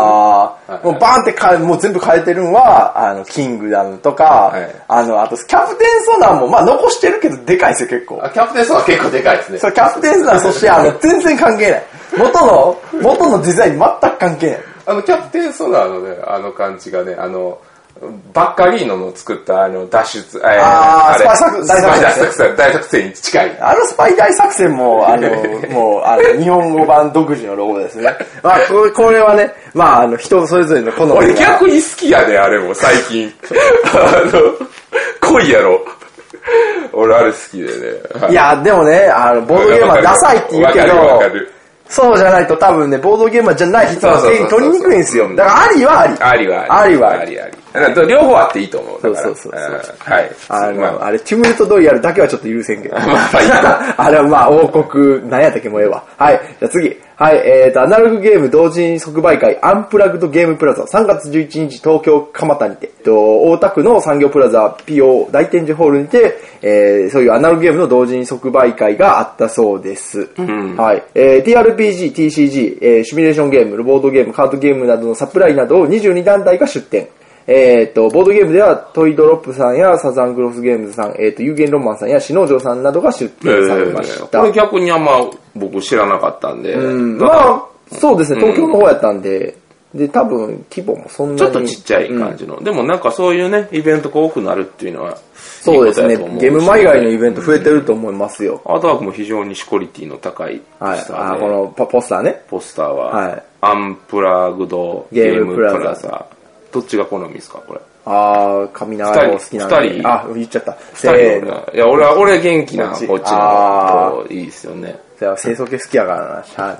Speaker 3: ああ、
Speaker 2: はい
Speaker 3: もうバーンって変え、もう全部変えてるんは、あの、キングダムとか、
Speaker 2: はい
Speaker 3: あの、あと、キャプテンソナーも、まあ残してるけど、でかいですよ、結構。
Speaker 2: あキャプテンソーは結構でかいですね。
Speaker 3: そう、キャプテンソナー、そして、あの、全然関係ない。元の、元のデザイン全く関係ない。
Speaker 2: あの、キャプテンソナーのね、あの感じがね、あの、バッカリーノの作ったあの脱出、えー、
Speaker 3: あー
Speaker 2: れ
Speaker 3: スパイ作大作戦
Speaker 2: スパイ大作戦、大作戦に近い。
Speaker 3: あのスパイ大作戦も、あの、 もう、あの、日本語版独自のロゴですね。まあ、これこれはね、まあ、あの、人それぞれの好みが
Speaker 2: 俺逆に好きやで、あれも最近。あの、濃いやろ。俺あれ好きでね。はい
Speaker 3: や、でもね、あの、ボードゲームはダサいって言うけ
Speaker 2: わ
Speaker 3: ど
Speaker 2: かるわかる、
Speaker 3: そうじゃないと多分ね、ボードゲームじゃない人は
Speaker 2: そうそう
Speaker 3: 手
Speaker 2: そう
Speaker 3: に
Speaker 2: そう
Speaker 3: 取りにくいんですよ。だから、ありはあり。
Speaker 2: ありは
Speaker 3: ありは
Speaker 2: あ
Speaker 3: あ
Speaker 2: り
Speaker 3: り
Speaker 2: あり。だから両方あっていいと思う。だから
Speaker 3: そうそうそうそうん
Speaker 2: はい。
Speaker 3: あ
Speaker 2: まあ
Speaker 3: の、あれ、ティムレット・ドイヤルだけはちょっと許せんけど。
Speaker 2: まあいいか
Speaker 3: あれはまあ、王国、なんやったっけもうええわ。はい。じゃあ次。はい、えーと、アナログゲーム同人即売会、アンプラグドゲームプラザ、3月11日、東京蒲田にて、えっと、大田区の産業プラザ PO 大展示ホールにて、えーそういうアナログゲームの同人即売会があったそうです。はい。えー TRPG、TCG、えーシミュレーションゲーム、ボードゲーム、カードゲームなどのサプライなどを22団体が出展。えっ、と、ボードゲームではトイドロップさんやサザングロスゲームズさん、えっ、と、有限ロマンさんや篠城さんなどが出展されました。
Speaker 2: これ逆にあんま僕知らなかったんで、
Speaker 3: うん
Speaker 2: だ
Speaker 3: ま
Speaker 2: から
Speaker 3: あ、そうですね、東京の方やったんで、で、多分規模もそんなに。
Speaker 2: ちょっとちっちゃい感じの、でもなんかそういうねイベントが多くなるっていうのは
Speaker 3: そうですね
Speaker 2: いいことだと思、し
Speaker 3: ゲームマ以外のイベント増えてると思いますよ。
Speaker 2: アートワークも非常にシコリティの高い
Speaker 3: はい。
Speaker 2: スター
Speaker 3: あ、
Speaker 2: で
Speaker 3: このポポスターね。
Speaker 2: ポスターは、
Speaker 3: はい
Speaker 2: アンプラグドゲ
Speaker 3: ゲ
Speaker 2: ー
Speaker 3: ー
Speaker 2: ムプ
Speaker 3: ムプ
Speaker 2: ラ
Speaker 3: ラ
Speaker 2: ザ
Speaker 3: ザ
Speaker 2: どっちが好みですかこれ
Speaker 3: あー、神長屋も好きなんで。
Speaker 2: 二人
Speaker 3: あ、言っちゃった。
Speaker 2: 二
Speaker 3: せ
Speaker 2: 人の
Speaker 3: ー
Speaker 2: 俺
Speaker 3: の。
Speaker 2: はいや俺は俺元気なこ
Speaker 3: こ
Speaker 2: っ
Speaker 3: っ
Speaker 2: ち
Speaker 3: ち
Speaker 2: の方が
Speaker 3: あ
Speaker 2: いいですよね
Speaker 3: じゃあ、清掃系好きやからな、しゃあない
Speaker 2: い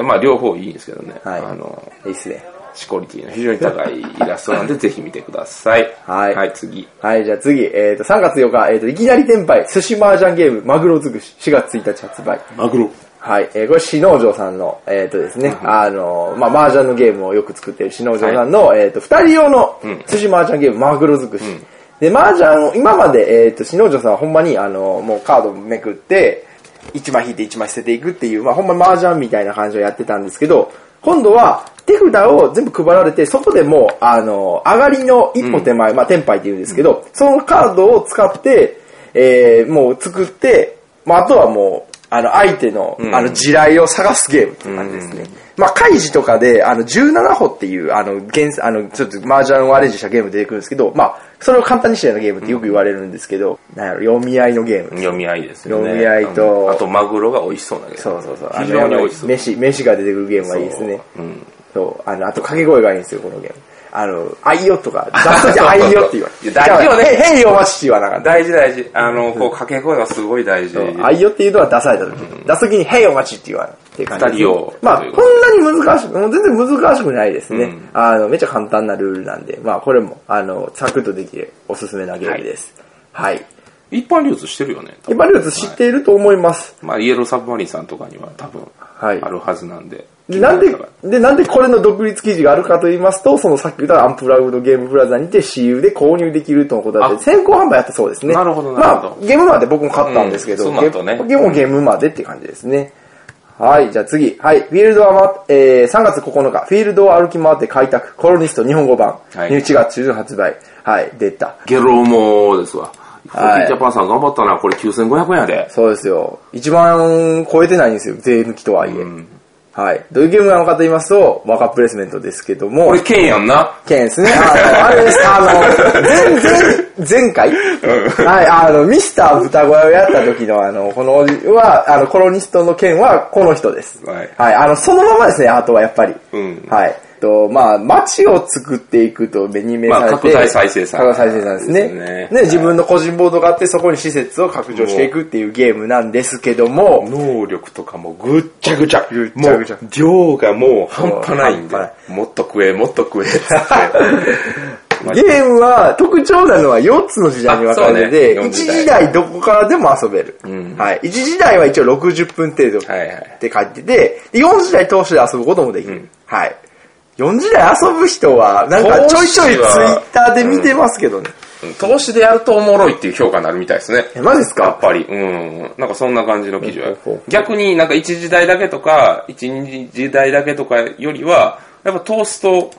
Speaker 2: やまあ両方いいんですけどね、
Speaker 3: はい
Speaker 2: あの
Speaker 3: いいっすね。
Speaker 2: シコリティの非常に高いイラスト なんでぜひ見てください
Speaker 3: はい
Speaker 2: はい、次
Speaker 3: はい、じゃあ次、えっ、と、3月8日、えっ、と、いきなり転売、寿司麻雀ゲーム、マグロ尽くし、4月1日発売。
Speaker 2: マグロ
Speaker 3: はい、えー、これ、篠城さんの、えっ、とですね、あのー、まあ、麻雀のゲームをよく作ってる篠城さんの、えっ、と、二人用の
Speaker 2: ん
Speaker 3: 寿司麻雀ゲーム、マグロ尽くし。で、麻雀を、今まで、えっ、と、篠城さんはほんまに、あのー、もうカードをめくって、一枚引いて一枚捨てていくっていう、まあ、ほんま麻雀みたいな感じをやってたんですけど、今度は、手札を全部配られて、そこでもう、あのー、上がりの一歩手前、まあ、天牌って言うんですけど、そのカードを使って、えー、もう作って、まあ、あとはもう、あの、相手の、あの、地雷を探すゲームって感じですね。まあ、カイジとかで、あの、17歩っていう、あの、原あの、ちょっと麻雀をアレンジしたゲーム出てくるんですけど、まあ、それを簡単にしたようなゲームってよく言われるんですけど、なんやろ、読み合いのゲーム。
Speaker 2: 読み合いですよね
Speaker 3: 読み合いと
Speaker 2: あとマグロが美味しそうなゲーム
Speaker 3: そうそうそう。あの
Speaker 2: 非常に美味しそう
Speaker 3: 飯、飯が出てくるゲームがいいですね。
Speaker 2: そううん
Speaker 3: そう。あの、あと掛け声がいいんですよ、このゲーム。あの、あいよと か、雑誌あいよって言われ
Speaker 2: いや大事よね
Speaker 3: じゃあへいへいお待ちって言わなかった。
Speaker 2: 大事大事。あの、こう、掛け声がすごい大事。
Speaker 3: あいよっていうのは出された時、出す時に、へいお待ちって言わないっていう感じです
Speaker 2: 二人を
Speaker 3: まあ、
Speaker 2: と
Speaker 3: こ
Speaker 2: いうんこ
Speaker 3: なに難しく、もう全然難しくないですね、
Speaker 2: うん
Speaker 3: あの、めっちゃ簡単なルールなんで、まあ、これも、あの、サクッとできるおすすめなゲームです。はい。
Speaker 2: 一般流通してるよね。
Speaker 3: エヴァリューツ知っていると思います。
Speaker 2: まあ、イエローサブマリンさんとかには多分、あ
Speaker 3: い
Speaker 2: るはずなんで。
Speaker 3: で、なんで、で、なんでこれの独立記事があるかと言いますと、そのさっき言ったアンプラグドゲームプラザにて CU で購入できるとのことだっ
Speaker 2: あ
Speaker 3: て、先行販売やったそうですね。
Speaker 2: なるほどなるほど
Speaker 3: まあ、ゲームマで僕も買ったんですけど、
Speaker 2: うんその後ね
Speaker 3: ゲゲームもゲームマでって感じですね。はい、じゃあ次。はい、フィールドは、ま、えー、3月9日、フィールドを歩き回って開拓、コロニスト日本語版、
Speaker 2: はい
Speaker 3: 入1月中旬発売。はい、出た。
Speaker 2: ゲロモですわ。
Speaker 3: はい
Speaker 2: ジャパンさん頑張ったな。これ9500円やで。
Speaker 3: そうですよ。一番超えてないんですよ、税抜きとはいえ。はい。どういうゲームなのかと言いますと、ワカプレイスメントですけども。
Speaker 2: これ剣やんな。
Speaker 3: 件ですね。あの、あれです。あの、前、前、前回、はい、あの、ミスター豚小屋をやった時の、あの、このおじは、あの、コロニストの件は、この人です。
Speaker 2: はい
Speaker 3: あの、そのままですね、あとはやっぱり。
Speaker 2: うん
Speaker 3: はい。と、まあ、街を作っていくと目に目されて。
Speaker 2: まあ拡大再生産
Speaker 3: 拡大再生産です
Speaker 2: で
Speaker 3: ね。
Speaker 2: すね
Speaker 3: ね自分の個人ボードがあって、そこに施設を拡張していくっていうゲームなんですけども、
Speaker 2: 能力とかもぐっちゃぐちゃ。
Speaker 3: ぐっちゃぐちゃ
Speaker 2: もう量がもう半端ないんで
Speaker 3: そう半端。
Speaker 2: もっと食え、もっと食え っつって。まあ
Speaker 3: ゲームは特徴なのは4つの時代に分かれて
Speaker 2: あ
Speaker 3: て、
Speaker 2: そうね
Speaker 3: 1時代どこからでも遊べる。
Speaker 2: ん
Speaker 3: はい、1時代は一応60分程度っ
Speaker 2: はいはい
Speaker 3: て書いてて、で4時代通して遊ぶこともできる。はい。4時代遊ぶ人は、なんかちょいちょいツイッターで見てますけどね。
Speaker 2: うん投資でやるとおもろいっていう評価になるみたいですね。
Speaker 3: え、マジです
Speaker 2: やっ
Speaker 3: か
Speaker 2: ぱり、うん。なんかそんな感じの記事は
Speaker 3: ほうほうほう。
Speaker 2: 逆になんか一時代だけとか、一二時代だけとかよりは、やっぱ通すと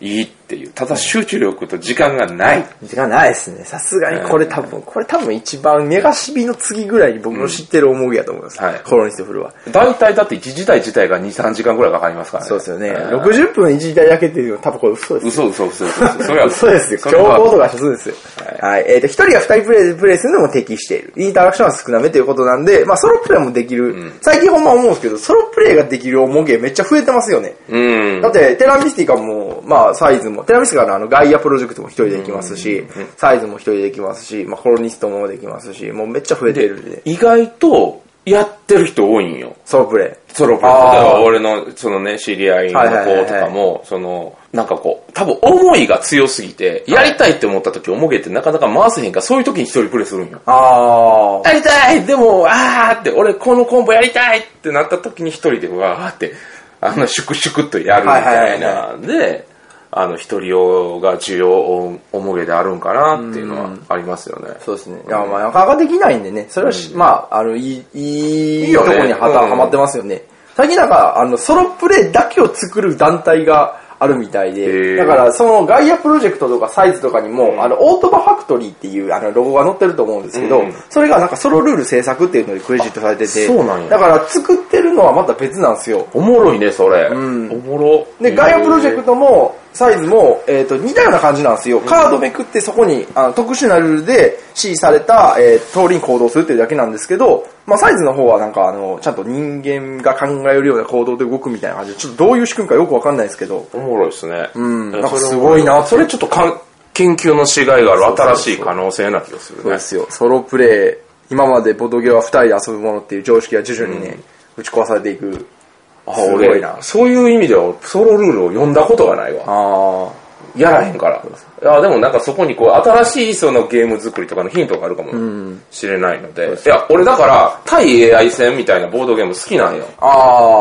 Speaker 2: いいっていう。ただ集中力と時間がない。
Speaker 3: 時間ないですね。さすがにこれ多分、これ多分一番メガシビの次ぐらいに僕の知ってる思いやと思います。
Speaker 2: はい
Speaker 3: コロニストフルは。
Speaker 2: 大体だって一時代自体が2、3時間ぐらいかかりますからね。
Speaker 3: そうですよね。
Speaker 2: ん
Speaker 3: 60分一時代だけっていうのは多分これ嘘ですよ。
Speaker 2: 嘘嘘嘘嘘嘘。そ れは
Speaker 3: そうですよ。
Speaker 2: そ
Speaker 3: 情
Speaker 2: れは
Speaker 3: 報とかそうですよ。はい。えっ、と、一人が二人プレイプレイするのも適している。インタラクションは少なめということなんで、まあ、ソロプレイもできる。最近ほんま思うんですけど、ソロプレイができるおもげめっちゃ増えてますよね。
Speaker 2: うん
Speaker 3: だ。って、テラミスティカも、まあ、サイズも、テラミスティカのあの、ガイアプロジェクトも一人でできますし、サイズも一人でできますし、まあ、コロニストもできますし、もうめっちゃ増えてるんで、
Speaker 2: 意外とやってる人多いんよ。
Speaker 3: ソロプレイ。
Speaker 2: ソロプレイ。例え
Speaker 3: あー
Speaker 2: ば俺の、そのね、知り合いの子とか
Speaker 3: はいはい
Speaker 2: も、その、なんかこう、多分思いが強すぎて、やりたいって思った時、おもげってなかなか回せへんから、そういう時に一人プレイするんよ。
Speaker 3: あ
Speaker 2: やりたいでも、あーって、俺このコンボやりたいってなった時に一人で、うわーって、あの、シュクシュクっとやるみたい
Speaker 3: はい
Speaker 2: な。で、あの、一人用が需要おおもげであるんかなっていうのはありますよね。
Speaker 3: そうですね。いや、まあ、なかなかできないんでね。それはし、まあ、あの、いい、いい
Speaker 2: いいよね
Speaker 3: とこにはた、
Speaker 2: うん
Speaker 3: はまってますよね。最近なんか、あの、ソロプレイだけを作る団体があるみたい
Speaker 2: へ
Speaker 3: で、
Speaker 2: ー
Speaker 3: だから、そのガイアプロジェクトとかサイズとかにも、あの、オートバファクトリーっていう、あの、ロゴが載ってると思うんですけど、
Speaker 2: うん
Speaker 3: それがなんかソロルール制作っていうのにクレジットされてて、
Speaker 2: そうなんや
Speaker 3: だから、作ってるのはまた別なんですよ。
Speaker 2: おもろいね、それ。おもろ。
Speaker 3: で、ガイアプロジェクトも、サイズも、えっ、と、似たような感じなんですよ。カードめくってそこに、あの、特殊なルールで指示された、えー通りに行動するっていうだけなんですけど、まあ、サイズの方はなんか、あの、ちゃんと人間が考えるような行動で動くみたいな感じで、ちょっとどういう仕組みかよくわかんないですけど、
Speaker 2: おもろいですね。うん
Speaker 3: なんかすごいな
Speaker 2: それちょっとかん研究のしがいがある新しい可能性な気がする
Speaker 3: そう
Speaker 2: ね
Speaker 3: で。すよ。ソロプレイ、今までボドゲは二人で遊ぶものっていう常識が徐々にね、打ち壊されていく。
Speaker 2: あ
Speaker 3: すごいな
Speaker 2: 俺そういう意味ではソロルールを読んだことがないわ。
Speaker 3: あ
Speaker 2: やらへんから。いや、でもなんかそこにこう、新しいそのゲーム作りとかのヒントがあるかもしれないので。いや、俺だから、対 AI 戦みたいなボードゲーム好きなんよ。
Speaker 3: あ。あ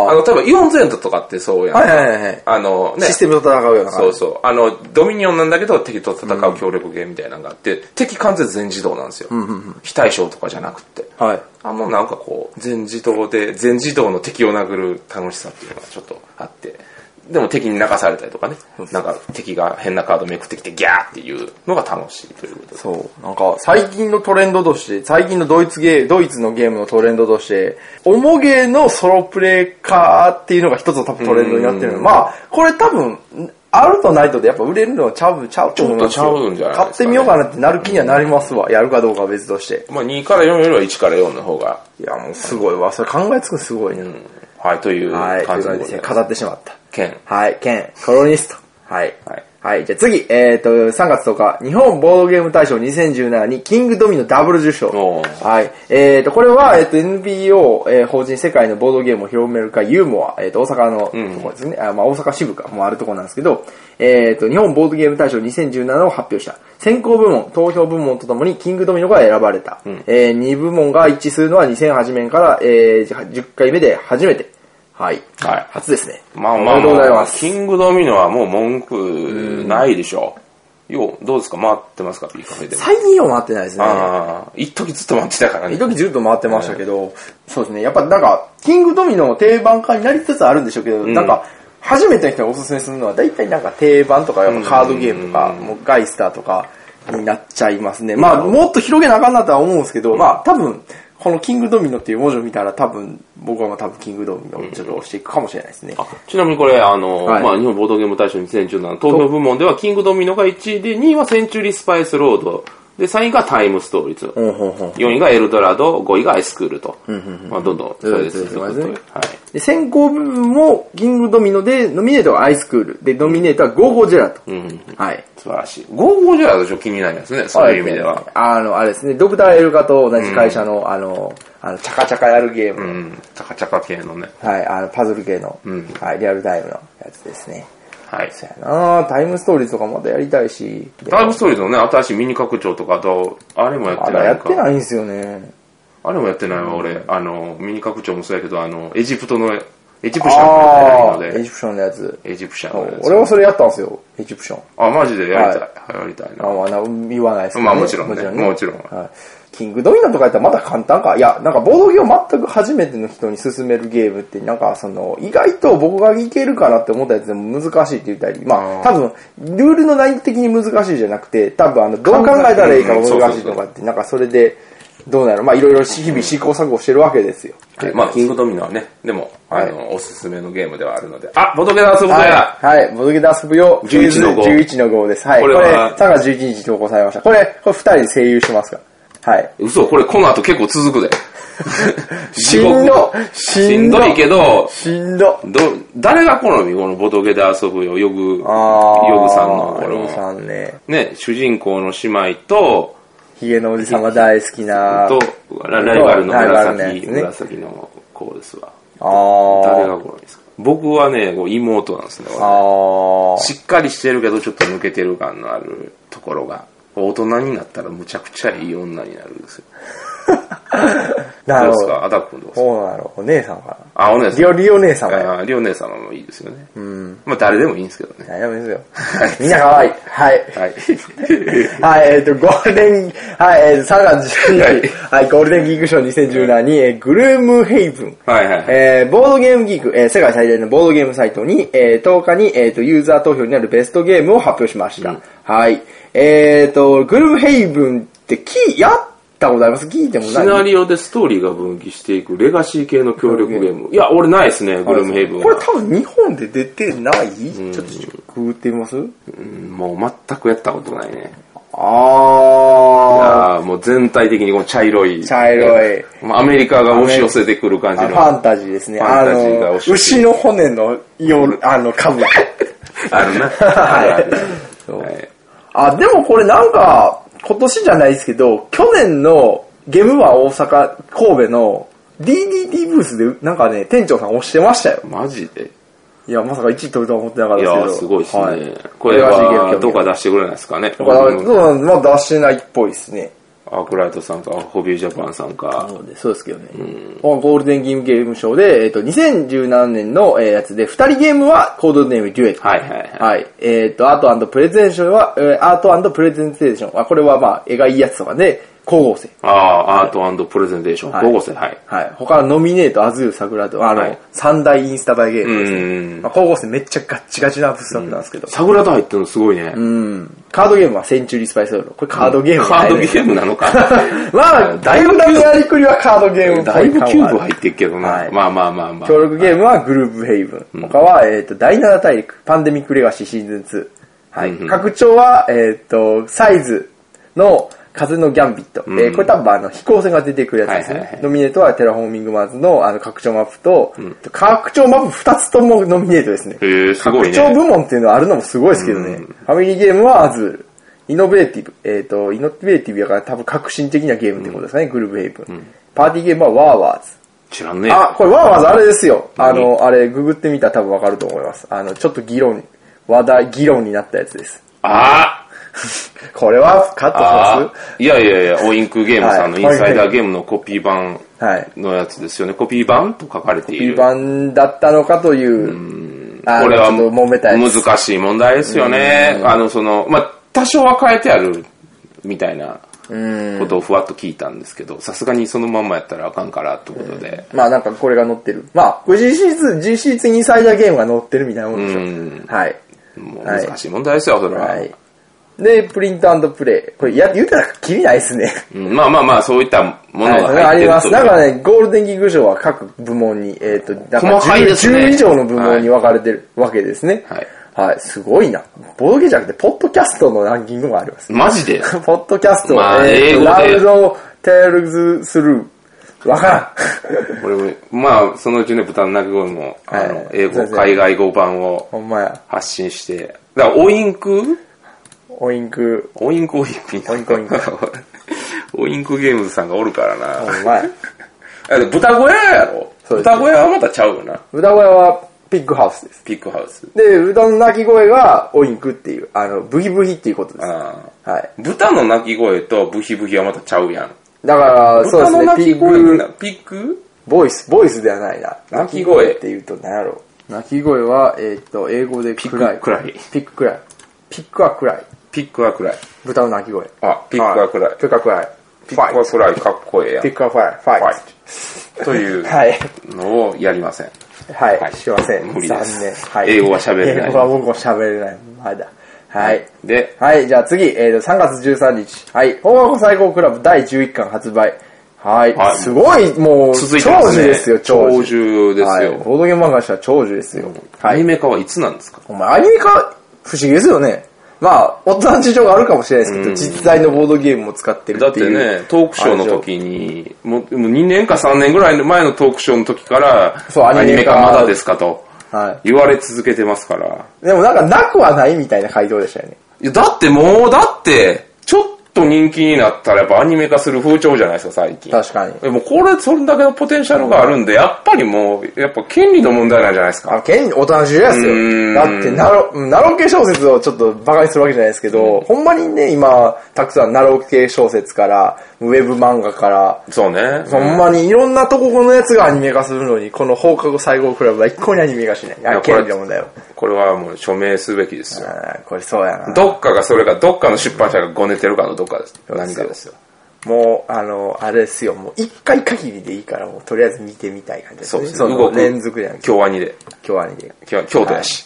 Speaker 2: あ
Speaker 3: あ。
Speaker 2: の、多分イオンゼントとかってそうやん。
Speaker 3: はいはいはいはい。
Speaker 2: あの、ね
Speaker 3: シス。テムと戦うような
Speaker 2: そ
Speaker 3: 感
Speaker 2: う
Speaker 3: じ。
Speaker 2: そう。あの、ドミニオンなんだけど、敵と戦う協力ゲームみたいなのがあって、敵完全全自動なんですよ。非対称とかじゃなくって。
Speaker 3: はい。
Speaker 2: あんまなんかこう、全自動で、全自動の敵を殴る楽しさっていうのがちょっとあって、でも敵に泣かされたりとかね、なんか敵が変なカードめくってきてギャーっていうのが楽しいということです。
Speaker 3: そう。なんか、最近のトレンドとして、最近のドイツゲー、ドイツのゲームのトレンドとして、おもげのソロプレイ化っていうのが一つの多分トレンドになってるの。まあ、これ多分、あるとないとでやっぱ売れるのはちゃう、ちゃうと思いますよ
Speaker 2: ちょっとちゃうんじゃないですかね
Speaker 3: 買ってみようかなってなる気にはなりますわ。やるかどうかは別として。
Speaker 2: まあ2から4よりは1から4の方が、
Speaker 3: いや、もうすごいわ。それ考えつくのすごいね。
Speaker 2: うんはい、という
Speaker 3: はい。とい
Speaker 2: 感
Speaker 3: う
Speaker 2: じでご
Speaker 3: 感じです
Speaker 2: ざ
Speaker 3: ね。
Speaker 2: います。
Speaker 3: 語ってしまった。
Speaker 2: 剣
Speaker 3: はい、県、コロニスト。はい。
Speaker 2: はい
Speaker 3: はい、じゃあ次、えっ、と、3月10日、日本ボードゲーム大賞2017に、キングドミノダブル受賞。
Speaker 2: おー
Speaker 3: はい。えっ、と、これは、えっ、と、NPO、えー法人世界のボードゲームを広める会、ユーモア、えっ、と、大阪のところですね。あまあ、大阪支部か、もうあるところなんですけど、えっ、と、日本ボードゲーム大賞2017を発表した。選考部門、投票部門とともに、キングドミノが選ばれた。えー、2部門が一致するのは2008年から、えー、10回目で初めて。はい。
Speaker 2: はい
Speaker 3: 初ですね。
Speaker 2: まあまあ
Speaker 3: おめでとうござい
Speaker 2: ま
Speaker 3: ま
Speaker 2: あ、
Speaker 3: す。
Speaker 2: キングドミノはもう文句ないでしょう。よう、どうですか回ってますか ?B カフェでも。
Speaker 3: 最近は回ってないですね。
Speaker 2: ああ、一時ずっと待ってたからね。
Speaker 3: 一時ずっと回ってましたけど、そうですね。やっぱなんか、キングドミノの定番化になりつつあるんでしょうけど、
Speaker 2: ん
Speaker 3: なんか、初めての人におすすめするのは、大体なんか定番とか、やっぱカードゲームとか、もうガイスターとかになっちゃいますね。まあ、もっと広げなあかんなとは思うんですけど、まあ、多分、このキングドミノっていう文字を見たら、多分、僕はまあ多分キングドミノをちょっと押していくかもしれないですね。
Speaker 2: ちなみにこれ、あの、
Speaker 3: はい
Speaker 2: まあ、日本ボードゲーム大賞2017投票部門では、キングドミノが1位で、2位はセンチュリースパイスロード、で、3位がタイムストーリーズ、
Speaker 3: ほんほんほん
Speaker 2: 4位がエルドラド、5位がアイスクールと、まあ、どんどん、それで
Speaker 3: そう
Speaker 2: 続
Speaker 3: で
Speaker 2: く
Speaker 3: すね
Speaker 2: という。
Speaker 3: そう
Speaker 2: は
Speaker 3: で
Speaker 2: い。
Speaker 3: で、先行部分も、キングドミノで、ノミネートはアイスクール。で、ノミネートはゴーゴージェラと。
Speaker 2: うん、
Speaker 3: はい。
Speaker 2: 素晴らしい。55じゃあ、ちょっと気になりますね、そういう意味では。
Speaker 3: あの、あれですね、ドクターエルカと同じ会社の、あの、あの、チャカチャカやるゲーム、
Speaker 2: うん、チャカチャカ系のね。
Speaker 3: はい、あの、パズル系の、
Speaker 2: ん
Speaker 3: はい、リアルタイムのやつですね。
Speaker 2: はい。
Speaker 3: そやなぁタイムストーリーとかまたやりたいし、
Speaker 2: タイムストーリーズのね、新しいミニ拡張とか、あと、あれもやっ
Speaker 3: ま
Speaker 2: て
Speaker 3: だ
Speaker 2: な
Speaker 3: や
Speaker 2: い
Speaker 3: って
Speaker 2: か。
Speaker 3: ないんですよね。
Speaker 2: あれもやってないわ、俺。あの、ミニ拡張もそうやけど、あの、エジプトのエジプシャン
Speaker 3: あ
Speaker 2: って
Speaker 3: あ
Speaker 2: やつ
Speaker 3: エ
Speaker 2: な
Speaker 3: ジプシャンのやつ。
Speaker 2: ので、エジプシャンのやつ
Speaker 3: 俺はそれやったんですよ、エジプシャン。
Speaker 2: あ、マジでやりたい。やりたい
Speaker 3: まあ
Speaker 2: な。
Speaker 3: まあな、言わないですけど、
Speaker 2: まあもちろんねもちろん
Speaker 3: はい。キングドミノとかやったらまだ簡単か。いや、なんかボードゲーム全く初めての人に勧めるゲームって、なんかその、意外と僕がいけるかなって思ったやつでも難しいって言ったり、ま
Speaker 2: あー
Speaker 3: あ多分、ルールの内容的に難しいじゃなくて、多分あの、どう考えたらいいかが難しいとかって、なんかそれで、どうなるまあいろいろ日々試行錯誤してるわけですよ。
Speaker 2: はいまあ、キングドミノはね、でも、あの、おすすめのゲームではあるので。あ、ボトゲで遊ぶかや
Speaker 3: はい、はい、ボドゲで遊ぶよ。
Speaker 2: 11の号
Speaker 3: 11の号です。はい。
Speaker 2: こ
Speaker 3: こ
Speaker 2: れ
Speaker 3: れ、
Speaker 2: は
Speaker 3: 3月11日投稿されました。これ、これ2人で声優してますから。はい。
Speaker 2: 嘘、これこの後結構続くで。
Speaker 3: しんど
Speaker 2: し
Speaker 3: し
Speaker 2: ん
Speaker 3: ん
Speaker 2: ど
Speaker 3: ど
Speaker 2: いけど、
Speaker 3: しんど。
Speaker 2: ど、誰が好みこのボトゲで遊ぶよ、ヨグ、ヨグさんの、こ
Speaker 3: ヨグ
Speaker 2: の、
Speaker 3: さんね。
Speaker 2: ね、主人公の姉妹と、
Speaker 3: ヒゲのおじさんが大好きな。
Speaker 2: と、ラライバルの
Speaker 3: ライバルのやつ
Speaker 2: 紫、
Speaker 3: ね
Speaker 2: 紫の子ですわ。誰
Speaker 3: あ
Speaker 2: が好みですか僕はね、こう妹なんですね、
Speaker 3: あ。ああ。
Speaker 2: しっかりしてるけど、ちょっと抜けてる感のあるところが。大人になったらむちゃくちゃいい女になるんですよ。
Speaker 3: な
Speaker 2: どうで
Speaker 3: るほ
Speaker 2: す
Speaker 3: ど。
Speaker 2: かアタック君どうですか
Speaker 3: そうなの。お姉さんか
Speaker 2: あ、お姉
Speaker 3: な。
Speaker 2: さ
Speaker 3: リ
Speaker 2: ん。
Speaker 3: オ、リオ姉さんが。
Speaker 2: あリオ姉様もいいですよね。うん。まあ誰でもいいんですけどね。
Speaker 3: 大丈夫ですよ。みんな可愛い。はい。
Speaker 2: はい。
Speaker 3: はい、えっ、と、ゴールデン、はい、えー、3月12日、はい、ゴールデンギークショー2017に、えーグルームヘイブン、
Speaker 2: はいはいはい。
Speaker 3: えーボードゲームギーク、えー世界最大のボードゲームサイトに、えー10日に、えーと、ユーザー投票になるベストゲームを発表しました。はい。えーと、グルームヘイブンって、き、やったことあります聞いても
Speaker 2: シ
Speaker 3: ない。
Speaker 2: ナリオでストーリーが分岐していくレガシー系の協力ゲーム。いや、俺ないですね、グルームヘイブン
Speaker 3: これ
Speaker 2: は。
Speaker 3: 多分日本で出てないちょっと食ってみます
Speaker 2: うんもう全くやったことないね。
Speaker 3: あ
Speaker 2: ああ、もう全体的にこの茶色い。
Speaker 3: ー、茶色い。
Speaker 2: まあ。アメリカが押し寄せてくる感じ
Speaker 3: あ
Speaker 2: の。
Speaker 3: ファンタジーですね。
Speaker 2: ファ
Speaker 3: あ
Speaker 2: ンタジーが
Speaker 3: の
Speaker 2: 押し付ける、
Speaker 3: 牛の骨の夜、あの、株。
Speaker 2: ある な。
Speaker 3: そう
Speaker 2: はい。
Speaker 3: あ、でもこれなんか、今年じゃないですけど、去年のゲムは大阪、神戸の DDT ブースで、なんかね、店長さん押してましたよ。
Speaker 2: マジで
Speaker 3: いや、まさか1位取るとは思ってなかっ
Speaker 2: い
Speaker 3: た
Speaker 2: や
Speaker 3: で
Speaker 2: ー、
Speaker 3: すけ
Speaker 2: す
Speaker 3: ど。
Speaker 2: ごいですね。
Speaker 3: はい
Speaker 2: これは、どう。
Speaker 3: こ
Speaker 2: か出してくれないですかね。
Speaker 3: れはそうなんまあ出してないっぽいですね。
Speaker 2: アークライトさんか、ホビージャパンさんか。
Speaker 3: そうですそうですけどね。ゴールデンゲームゲームショーで、えっ、と、2017年の、えーやつで、2人ゲームはコードネームデュエット。
Speaker 2: はいはいはい。
Speaker 3: はい。えっ、と、アートプレゼンションは、えーアートプレゼンテーションは、これはまあ、絵がいいやつとかで、光合成。
Speaker 2: ああ、アートプレゼンテーション。
Speaker 3: はい
Speaker 2: 高校生、はい。
Speaker 3: はい。他はノミネート、アズール、桜と、あの、
Speaker 2: はい
Speaker 3: 三大インスタ映えゲー
Speaker 2: う
Speaker 3: ムですね。
Speaker 2: ん。
Speaker 3: まあ、光合成めっちゃガッチガチなアブストラクトなんですけど。
Speaker 2: サグラダ入ってるのすごいね。
Speaker 3: うん。カードゲームはセンチュリースパイスオール。これカードゲーム、
Speaker 2: カードゲームなの か。
Speaker 3: ムまあ、だいぶだやりくりはカードゲームっぽ
Speaker 2: だいぶ
Speaker 3: 感
Speaker 2: キュ
Speaker 3: はあ
Speaker 2: ー
Speaker 3: る
Speaker 2: ブ入ってるけど
Speaker 3: は
Speaker 2: な。
Speaker 3: い
Speaker 2: まあまあまあまあ
Speaker 3: 協。力ゲームはグループヘイブン。他は、えっ、と、第7大陸、パンデミックレガシーシーズン2。はい。
Speaker 2: うんうん
Speaker 3: 拡張は、えっ、と、サイズの風のギャンビット。えーこれ多分あの、飛行船が出てくるやつですね。
Speaker 2: はいはいはい
Speaker 3: ノミネートはテラフォーミングマーズのあの、拡張マップと、拡張マップ2つともノミネートですね。
Speaker 2: へえ、すごい
Speaker 3: 拡張
Speaker 2: ね。
Speaker 3: 部門っていうのはあるのもすごいですけどね。ファミリーゲームはアズール。イノベーティブ。えっ、と、イノベーティブやから多分革新的なゲームってことですかね、グループヘイブン。パーティーゲームはワーワーズ。
Speaker 2: 知らんね。
Speaker 3: あ、これわーわーズあれですよ。あ
Speaker 2: 何
Speaker 3: の、あれ、ググってみたら多分わかると思います。あの、ちょっと議論、話題、議論になったやつです。
Speaker 2: あ
Speaker 3: これはカット
Speaker 2: あ
Speaker 3: し
Speaker 2: ーいやいやいや、オインクゲームさんのイ
Speaker 3: はい
Speaker 2: ンサイダーゲームのコピー版
Speaker 3: ますはい。
Speaker 2: のやつですよね。コピー版と書かれてい
Speaker 3: B
Speaker 2: る。
Speaker 3: 版だったのかという、あの、ちょっと揉めたやつ。
Speaker 2: 難しい問題ですよね。あの、その、まあ、多少は変えてあるみたいなことをふわっと聞いたんですけど、さすがにそのまんまやったらあかんからってことで。
Speaker 3: まあなんかこれが載ってる。まあ、これ実質、実質インサイダーゲームが載ってるみたいなもんでしょ
Speaker 2: うん
Speaker 3: はい。
Speaker 2: もう難しい問題ですよ、それは。
Speaker 3: はい。で、プリントプレイ。これ、や、言うたらきりないですね。
Speaker 2: うんまあまあまあ、そういったもの
Speaker 3: はい、
Speaker 2: が入
Speaker 3: それは
Speaker 2: っ
Speaker 3: あ
Speaker 2: て
Speaker 3: り
Speaker 2: る
Speaker 3: ま
Speaker 2: と
Speaker 3: す。
Speaker 2: いう
Speaker 3: だからね、ゴールデンギーク賞は各部門に、えっ、と、だから
Speaker 2: 細かいですね
Speaker 3: 10, 以上の部門に分かれてるわけですね。
Speaker 2: はい。
Speaker 3: はい、すごいな。ボードゲームじゃなくて、ポッドキャストのランキングもあります。
Speaker 2: マジで。
Speaker 3: ポッドキャスト、
Speaker 2: まあ
Speaker 3: えーと
Speaker 2: 英語で
Speaker 3: ラウドテールズスルー。わから ん。
Speaker 2: これも、まあ、そのうちね、豚の鳴き声も、あ
Speaker 3: は
Speaker 2: の
Speaker 3: い、
Speaker 2: 英
Speaker 3: そう
Speaker 2: 語
Speaker 3: ですね
Speaker 2: 海外語版を
Speaker 3: ほんまや。
Speaker 2: 発信して、だから、オインク
Speaker 3: オインク。
Speaker 2: オインクオインク。
Speaker 3: オインクオインク。
Speaker 2: オインクゲームズさんがおるからな。
Speaker 3: ほんまや。
Speaker 2: あで豚小屋やろ
Speaker 3: そうです
Speaker 2: 豚小屋はまたちゃうよな。
Speaker 3: 歌声はピッグハウスです。
Speaker 2: ピックハウス。
Speaker 3: で、歌の鳴き声がオインクっていう、あの、ブヒブヒっていうことです。
Speaker 2: あ
Speaker 3: はい。
Speaker 2: ー豚の鳴き声とブヒブヒはまたちゃうやん。
Speaker 3: だから、そう
Speaker 2: 豚
Speaker 3: で
Speaker 2: の鳴
Speaker 3: すね、ピ
Speaker 2: き
Speaker 3: ッ
Speaker 2: 声
Speaker 3: グ
Speaker 2: な、ピック
Speaker 3: ボイス、ボイスではないな。
Speaker 2: 鳴き声
Speaker 3: って言うと何やろう。鳴き声は、えーっと、英語で
Speaker 2: ピック
Speaker 3: 暗い。
Speaker 2: 暗い
Speaker 3: ピック暗い。ピックは暗い。
Speaker 2: ピックは暗い。
Speaker 3: 豚の鳴き声。
Speaker 2: あ、ピックは暗い
Speaker 3: ピ。ックは暗い。
Speaker 2: ピックは暗い、かっこええやん
Speaker 3: ピ。ックはファイ。ファイ。
Speaker 2: ファイト。という
Speaker 3: はい。
Speaker 2: のをやりません。
Speaker 3: はい。
Speaker 2: はい
Speaker 3: しません。
Speaker 2: 無理です
Speaker 3: 残念。はい。
Speaker 2: 英語は喋れない
Speaker 3: 英語は僕も喋れない。まだ。はい。
Speaker 2: で、
Speaker 3: はい、じゃあ次、えーと、3月13日。はい。放課後最高クラブ第11巻発売。はい。
Speaker 2: はい
Speaker 3: すごい、もう、
Speaker 2: 続いてますね。
Speaker 3: 長寿ですよ、長
Speaker 2: 長
Speaker 3: 寿。
Speaker 2: 寿です
Speaker 3: はい。
Speaker 2: よ。
Speaker 3: ボードゲーム漫画にしては長寿ですよ。
Speaker 2: アニメ化はいつなんですか
Speaker 3: お前、アニメ化、不思議ですよね。まあ、大人の事情があるかもしれないですけど、実在のボードゲームも使ってる
Speaker 2: だっ
Speaker 3: って
Speaker 2: て
Speaker 3: いう。
Speaker 2: ね、トークショーの時に、もうもう2年か3年ぐらいの前のトークショーの時から、
Speaker 3: そうア
Speaker 2: アニ
Speaker 3: ニ
Speaker 2: メ
Speaker 3: メ
Speaker 2: 化
Speaker 3: 化
Speaker 2: まだですかと
Speaker 3: は
Speaker 2: 言われ続けてますから。
Speaker 3: い。でもなんか、なくはないみたいな回答でしたよね。
Speaker 2: いやだってもう、だって、ちょっと人気になったらやっぱアニメ化する風潮じゃないですか、最近。
Speaker 3: 確かに。
Speaker 2: でもこれ、それだけのポテンシャルがあるんで、やっぱりもう、やっぱ権利の問題なんじゃないです
Speaker 3: あ
Speaker 2: か。
Speaker 3: 権利、大人の重要です
Speaker 2: うーん
Speaker 3: よ。だって、ナロ、うんナロ系小説をちょっとバカにするわけじゃないですけど、ほんまにね、今、たくさんナロ系小説から、ウェブ漫画から、
Speaker 2: そうね。
Speaker 3: ほんまにいろんなとこのやつがアニメ化するのに、この放課後最後クラブは一向にアニメ化しない。
Speaker 2: や
Speaker 3: あ、
Speaker 2: これ
Speaker 3: 権利の問題を。
Speaker 2: これはもう署名すべきですよ。
Speaker 3: あーこれそうやな。
Speaker 2: どっかがそれか、どっかの出版社がごねてるかのどっかです。何かですよ。
Speaker 3: もう、あの、あれですよ、もう一回限りでいいから、もうとりあえず見てみたい感じです
Speaker 2: そう
Speaker 3: ね。
Speaker 2: ですね。
Speaker 3: そ
Speaker 2: 動
Speaker 3: の
Speaker 2: く
Speaker 3: 連続じゃん、今
Speaker 2: 京アニで。
Speaker 3: 日はアニメ。
Speaker 2: 京京都やし。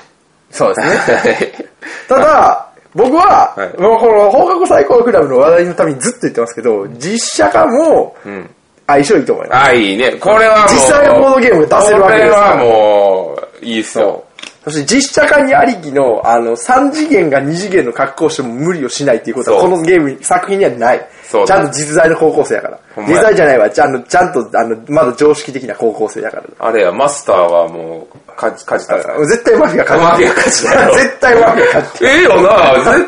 Speaker 3: そうですね。
Speaker 2: はい
Speaker 3: ただ、僕は、
Speaker 2: はい
Speaker 3: もうこの放課後最高クラブの話題のためにずっと言ってますけど、実写化も
Speaker 2: ん
Speaker 3: 相性いいと思います。
Speaker 2: あ、いいね。これ はもう。
Speaker 3: 実際のボードゲームが出せるわけですから
Speaker 2: これはもう、いいっすよ。
Speaker 3: そして実写化にありきの、あの、3次元が2次元の格好をしても無理をしないっていうことは、
Speaker 2: そ
Speaker 3: こ
Speaker 2: う
Speaker 3: のゲームに、作品にはない。
Speaker 2: そう
Speaker 3: ちゃんと実在の高校生だから
Speaker 2: ほん。まや
Speaker 3: 実在じゃないわ。ちゃんと、ちゃんと、あの、まだ常識的な高校生だから。
Speaker 2: あれや、マスターはもう、かじ、かじたら。
Speaker 3: 絶対マフィア勝ち。
Speaker 2: マフィア勝ちだろ
Speaker 3: 絶対マフィア勝ち。
Speaker 2: ええよな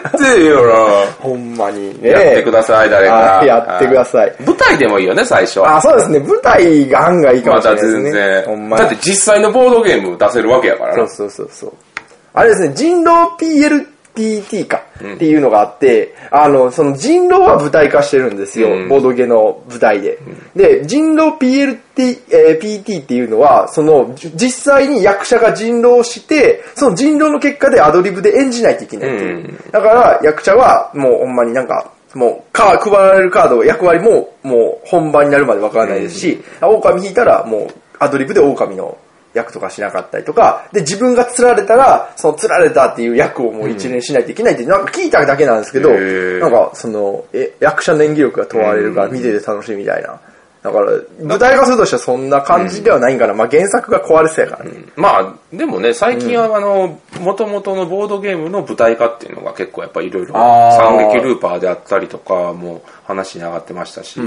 Speaker 2: 絶対ええよ な
Speaker 3: ほんまにね。
Speaker 2: やってください、誰か
Speaker 3: あ。やってください
Speaker 2: あ舞台でもいいよね、最初。
Speaker 3: あ、そうですね。舞台が案外いいか
Speaker 2: ま
Speaker 3: もし
Speaker 2: た
Speaker 3: れないで
Speaker 2: 全
Speaker 3: すね。
Speaker 2: 然
Speaker 3: ほん。まに
Speaker 2: だって実際のボードゲーム出せるわけやから
Speaker 3: そう
Speaker 2: な。
Speaker 3: そうそうそう。あれですね、人狼 PLPT かっていうのがあって、あの、その人狼は舞台化してるんですよ、
Speaker 2: うん
Speaker 3: ボードゲの舞台で。で、人狼 PLT、えー PT っていうのは、その、じ実際に役者が人狼をして、その人狼の結果でアドリブで演じないといけないっていう。
Speaker 2: うん
Speaker 3: だから、役者はもうほんまになんか、もう、か、配られるカード、役割も、もう、本番になるまでわからないですし、狼引いたら、もう、アドリブで狼の役とかしなかったりとか、で、自分が釣られたら、その釣られたっていう役をもう一連しないといけないって、なんか聞いただけなんですけど、
Speaker 2: へー
Speaker 3: なんか、その、え、役者の演技力が問われるから、見てて楽しいみたいな。だから、舞台化するとしてはそんな感じではないんかな。まあ、原作が壊れそうやからね。
Speaker 2: まあ、でもね、最近はあの、元々のボードゲームの舞台化っていうのが結構やっぱいろいろ、
Speaker 3: あー
Speaker 2: 惨劇ルーパーであったりとか、もう話に上がってましたし、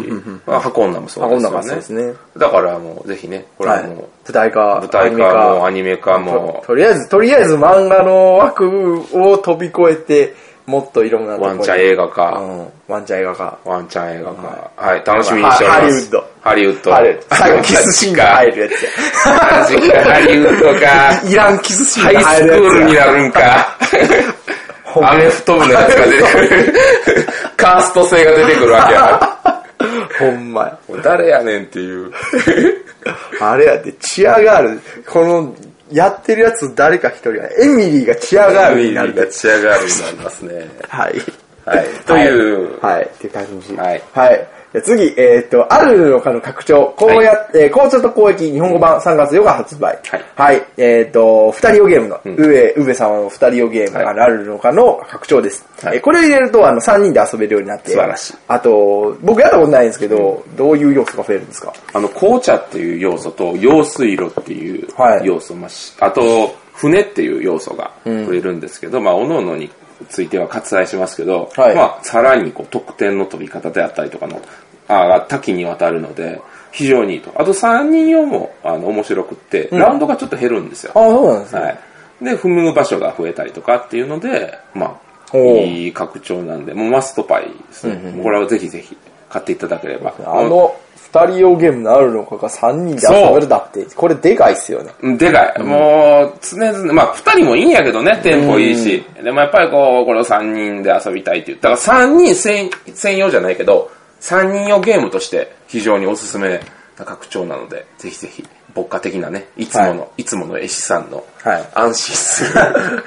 Speaker 2: まあ箱女もそう
Speaker 3: あ、こ
Speaker 2: で
Speaker 3: ん
Speaker 2: す
Speaker 3: な
Speaker 2: よ
Speaker 3: 感
Speaker 2: ね。
Speaker 3: じですね。
Speaker 2: だからもう、ぜひね、これ
Speaker 3: は。
Speaker 2: はいもう、
Speaker 3: 舞台化、
Speaker 2: 舞台化もアニメ化も
Speaker 3: と、とりあえず、とりあえず漫画の枠を飛び越えて、もっといろんなとこ
Speaker 2: ワ
Speaker 3: ろ
Speaker 2: ンチャン映画化、
Speaker 3: うん。ワンチャン映画化。
Speaker 2: ワンチャン映画化、はい、楽しみにしております。
Speaker 3: ハリウッド。
Speaker 2: ハリウッド。
Speaker 3: あ れ、最後キスシーンが入るやつ
Speaker 2: マジかハリウッドか。
Speaker 3: や。いらんキスシー
Speaker 2: ハ
Speaker 3: ン
Speaker 2: イ
Speaker 3: が
Speaker 2: ス
Speaker 3: 入
Speaker 2: ク
Speaker 3: る
Speaker 2: ー
Speaker 3: やつや。
Speaker 2: ルになるん か。アメフト部のやつが出てく る。カースト性が出てくるわけやか
Speaker 3: ほんまや。
Speaker 2: ら。誰やねんって いう。
Speaker 3: あれやって、チアガール、この、やってるやつ誰か一人が、エミリーがチアガールになるやつ。
Speaker 2: チアガールになりますね。
Speaker 3: はい。
Speaker 2: はい。という。
Speaker 3: はい。っていう感じ。
Speaker 2: はい
Speaker 3: はい。じゃあ次、えっ、と、あるのかの拡張、こうやって、えー紅茶と交易、日本語版3月4日発売。
Speaker 2: はい
Speaker 3: えっ、と、二人用ゲームの、上、上様の二人用ゲーム、
Speaker 2: はい
Speaker 3: あのあるのかの拡張です。
Speaker 2: はい
Speaker 3: えーこれを入れると、あの、3人で遊べるようになって。
Speaker 2: 素晴らしい。
Speaker 3: あと、僕やったことないんですけど、どういう要素が増えるんですか
Speaker 2: あの、紅茶っていう要素と、用水路っていう
Speaker 3: はい
Speaker 2: 要素、まあしあと、船っていう要素が触れるんですけど、まあ、おののについては割愛しますけど、
Speaker 3: はい
Speaker 2: まあ、さらにこう、得点の取り方であったりとかの、あが多岐にわたるので、非常にいいと。あと、3人用も、あの、面白くって、ラウンドがちょっと減るんですよ。
Speaker 3: あ、そうなんですね。
Speaker 2: はい。で、踏む場所が増えたりとかっていうので、まあ、
Speaker 3: おう
Speaker 2: いい拡張なんで、もうマストパイですね。もうこれはぜひぜひ買っていただければ。
Speaker 3: あの、二人用ゲームのあるのかが三人で遊べるだって、これでかいっすよね。
Speaker 2: でかい。もう、常々、まあ、二人もいいんやけどね、テンポいいし。でもやっぱりこう、これを三人で遊びたいって言ったら、三人専専用じゃないけど、三人用ゲームとして非常におすすめ拡張なので、ぜひぜひ、牧歌的なね、いつもの、、
Speaker 3: はい
Speaker 2: つもの絵師さんの、
Speaker 3: はい。
Speaker 2: 安心す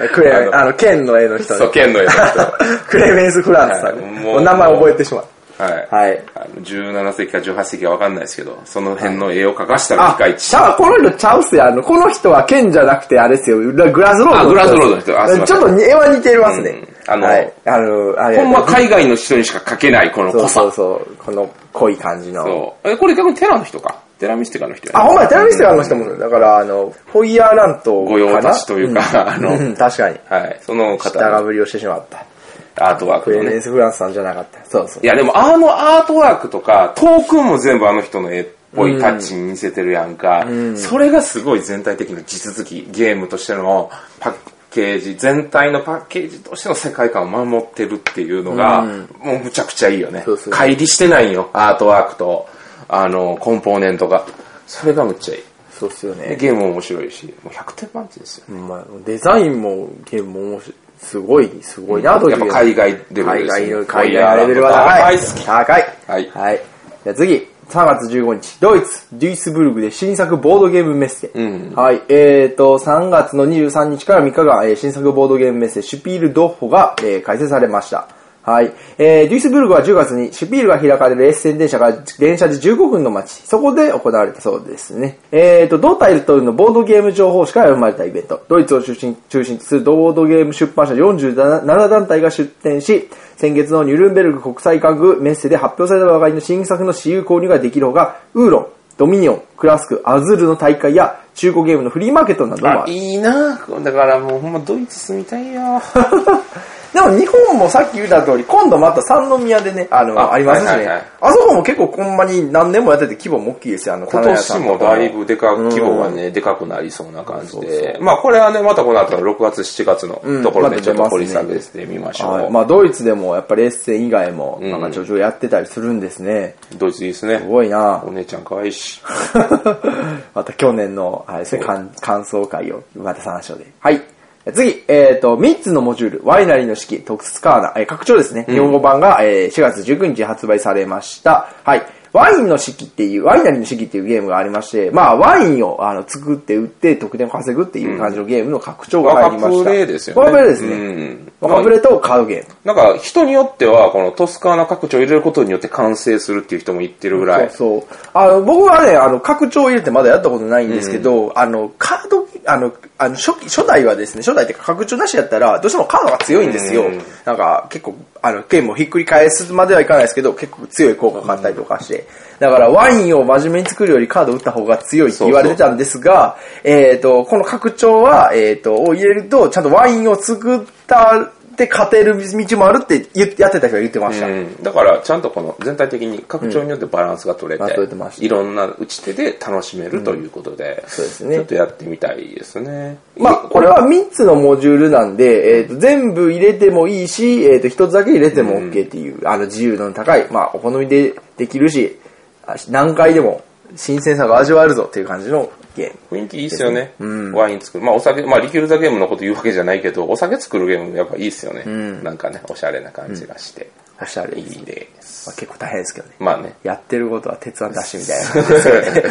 Speaker 2: る
Speaker 3: クレ、あの、剣の絵の人
Speaker 2: そ
Speaker 3: ね
Speaker 2: う、 剣の絵の人。は
Speaker 3: クレメンス・フランスさんね
Speaker 2: はいもう
Speaker 3: もう名前覚えてしまう。
Speaker 2: い。
Speaker 3: はい。
Speaker 2: あの17世紀か18世紀か分かんないですけど、その辺の絵を描かしたら
Speaker 3: あ
Speaker 2: ピカイ、チ。
Speaker 3: ちゃう、この人ちゃうっすよ。あの、この人は剣じゃなくて、あれっすよ、ラグラスロード
Speaker 2: あグラスロードの人あすいま
Speaker 3: ち
Speaker 2: せん
Speaker 3: ょっとに絵は似てます
Speaker 2: う
Speaker 3: ね
Speaker 2: ん。あの
Speaker 3: はいあの、あれ
Speaker 2: ほんま海外の人にしか描けない、この
Speaker 3: そ
Speaker 2: 濃
Speaker 3: う
Speaker 2: さ。
Speaker 3: そうそう、この濃い感じの。
Speaker 2: そう。え、これ逆にテラの人か。テラミスティカの人やね
Speaker 3: あ、ほんまや、テラミスティカの人も、だから、あの、ホイヤーラント
Speaker 2: 御用達というか
Speaker 3: ん
Speaker 2: あの
Speaker 3: うん確かに。
Speaker 2: はい。その方
Speaker 3: 下が
Speaker 2: の
Speaker 3: ぶりをしてしまった。
Speaker 2: アートワー
Speaker 3: ク
Speaker 2: クの
Speaker 3: レメン
Speaker 2: ね。
Speaker 3: ス・フランスさんじゃなかった。そうそう
Speaker 2: い。や、でもあのアートワークとか、トークンも全部あの人の絵っぽいタッチに似せてるやんか。それがすごい全体的な地続き、ゲームとしてのパッケージ、全体のパッケージとしての世界観を守ってるっていうのが、もうむちゃくちゃいいよね
Speaker 3: そうそう。
Speaker 2: 乖離してないよ、アートワークと、あの、コンポーネントが。それがむっちゃいい。
Speaker 3: そうっすよね
Speaker 2: で。ゲームも面白いし、もう100点満点ですよ。
Speaker 3: まあ、デザインもゲームも面白い。すごい、すごいなという。
Speaker 2: やっぱ海外レベル
Speaker 3: 海
Speaker 2: ですね
Speaker 3: 外の、海外レベルは高い。高い。
Speaker 2: はい
Speaker 3: はい。じゃあ次、3月15日、ドイツ、デュイスブルグで新作ボードゲームメッセ。はい。えーと、3月の23日から3日間、えー新作ボードゲームメッセ、シュピール・ドッホが、えー開催されました。はい。えー、デュイスブルグは10月にシュピールが開かれるエッセン電車が電車で15分の街、そこで行われたそうですね。えーと、同タイトルのボードゲーム情報誌から生まれたイベント。ドイツを中心中心とするボードゲーム出版社47団体が出展し、先月のニュルンベルグ国際玩具メッセで発表されたばかりの新作の私有購入ができるほか、ウーロン、ドミニオン、クラスク、アズールの大会や中古ゲームのフリーマーケットなどもある
Speaker 2: あ、いいなぁだからもうほんまドイツ住みたいよ。
Speaker 3: でも日本もさっき言った通り、今度また三宮でね、あの、あ
Speaker 2: あ
Speaker 3: りますしね、
Speaker 2: はいはいはい
Speaker 3: あそこも結構ほんまに何年もやってて規模も大きいですよ、あの、
Speaker 2: 今
Speaker 3: 金谷さ
Speaker 2: 年
Speaker 3: ん
Speaker 2: も
Speaker 3: とか
Speaker 2: だいぶでかく、規模が
Speaker 3: うん
Speaker 2: ね、でかくなりそうな感じ
Speaker 3: そうそう
Speaker 2: で。まあこれはね、またこの後の6月、7月のところでちょっと掘り下げてみまし
Speaker 3: は
Speaker 2: ょ
Speaker 3: い。
Speaker 2: う。
Speaker 3: まあドイツでもやっぱりエッセン以外も、なんか徐々やってたりするんですね。
Speaker 2: ドイツいいですね
Speaker 3: す。ごいな
Speaker 2: お姉ちゃん可愛いし。
Speaker 3: また去年の、あれですね、感感想会を、また参照で。はい。次、えっ、と、3つのモジュール、ワイナリーの式、特スカーナ、えー拡張ですね。日本語版が、えー4月19日発売されました。はい。ワインの式っていう、ワイナリーの式っていうゲームがありまして、まあ、ワインをあの作って売って得点を稼ぐっていう感じのゲームの拡張が入りました。
Speaker 2: ワカプレですよね
Speaker 3: ワカプレですね。
Speaker 2: うん
Speaker 3: ワカプレとカードゲーム。
Speaker 2: なんか人によっては、このトスカーナ拡張を入れることによって完成するっていう人も言ってるぐらい。
Speaker 3: そうそう。あの、僕はね、あの、拡張を入れてまだやったことないんですけど、あの、カード、あの、あの初期、初代はですね、初代っていうか拡張なしやったら、どうしてもカードが強いんですよ。
Speaker 2: うん
Speaker 3: なんか、結構、あの、剣もひっくり返すまではいかないですけど、結構強い効果があったりとかして。だから、ワインを真面目に作るよりカードを打った方が強いって言われてたんですが、えっ、と、この拡張は、えっ、と、を入れると、ちゃんとワインを作った、で、勝てる道もあるって言ってやってた人が言ってました。
Speaker 2: うん、だからちゃんとこの全体的に拡張によってバランスが取れて,、
Speaker 3: うんまあ取れてました
Speaker 2: いろんな打ち手で楽しめるということで,、
Speaker 3: そうですね
Speaker 2: ちょっとやってみたいですね
Speaker 3: まあ、これは3つのモジュールなんで、えー、と全部入れてもいいし、えー、と1つだけ入れても OK っていう、あの自由度の高い、まあ、お好みでできるし、あ何回でも新鮮さが味わえるぞっていう感じのゲーム。
Speaker 2: 雰囲気いいですよね、ワイン作るまあお酒まあリキュール・ザ・ゲームのこと言うわけじゃないけどお酒作るゲームやっぱいいですよね、なんかねおしゃれな感じがして、
Speaker 3: 明日あれ
Speaker 2: いいです
Speaker 3: まあ、結構大変ですけどね。
Speaker 2: まあ ね
Speaker 3: やってることは鉄腕ダッシュみたいな感じですよね。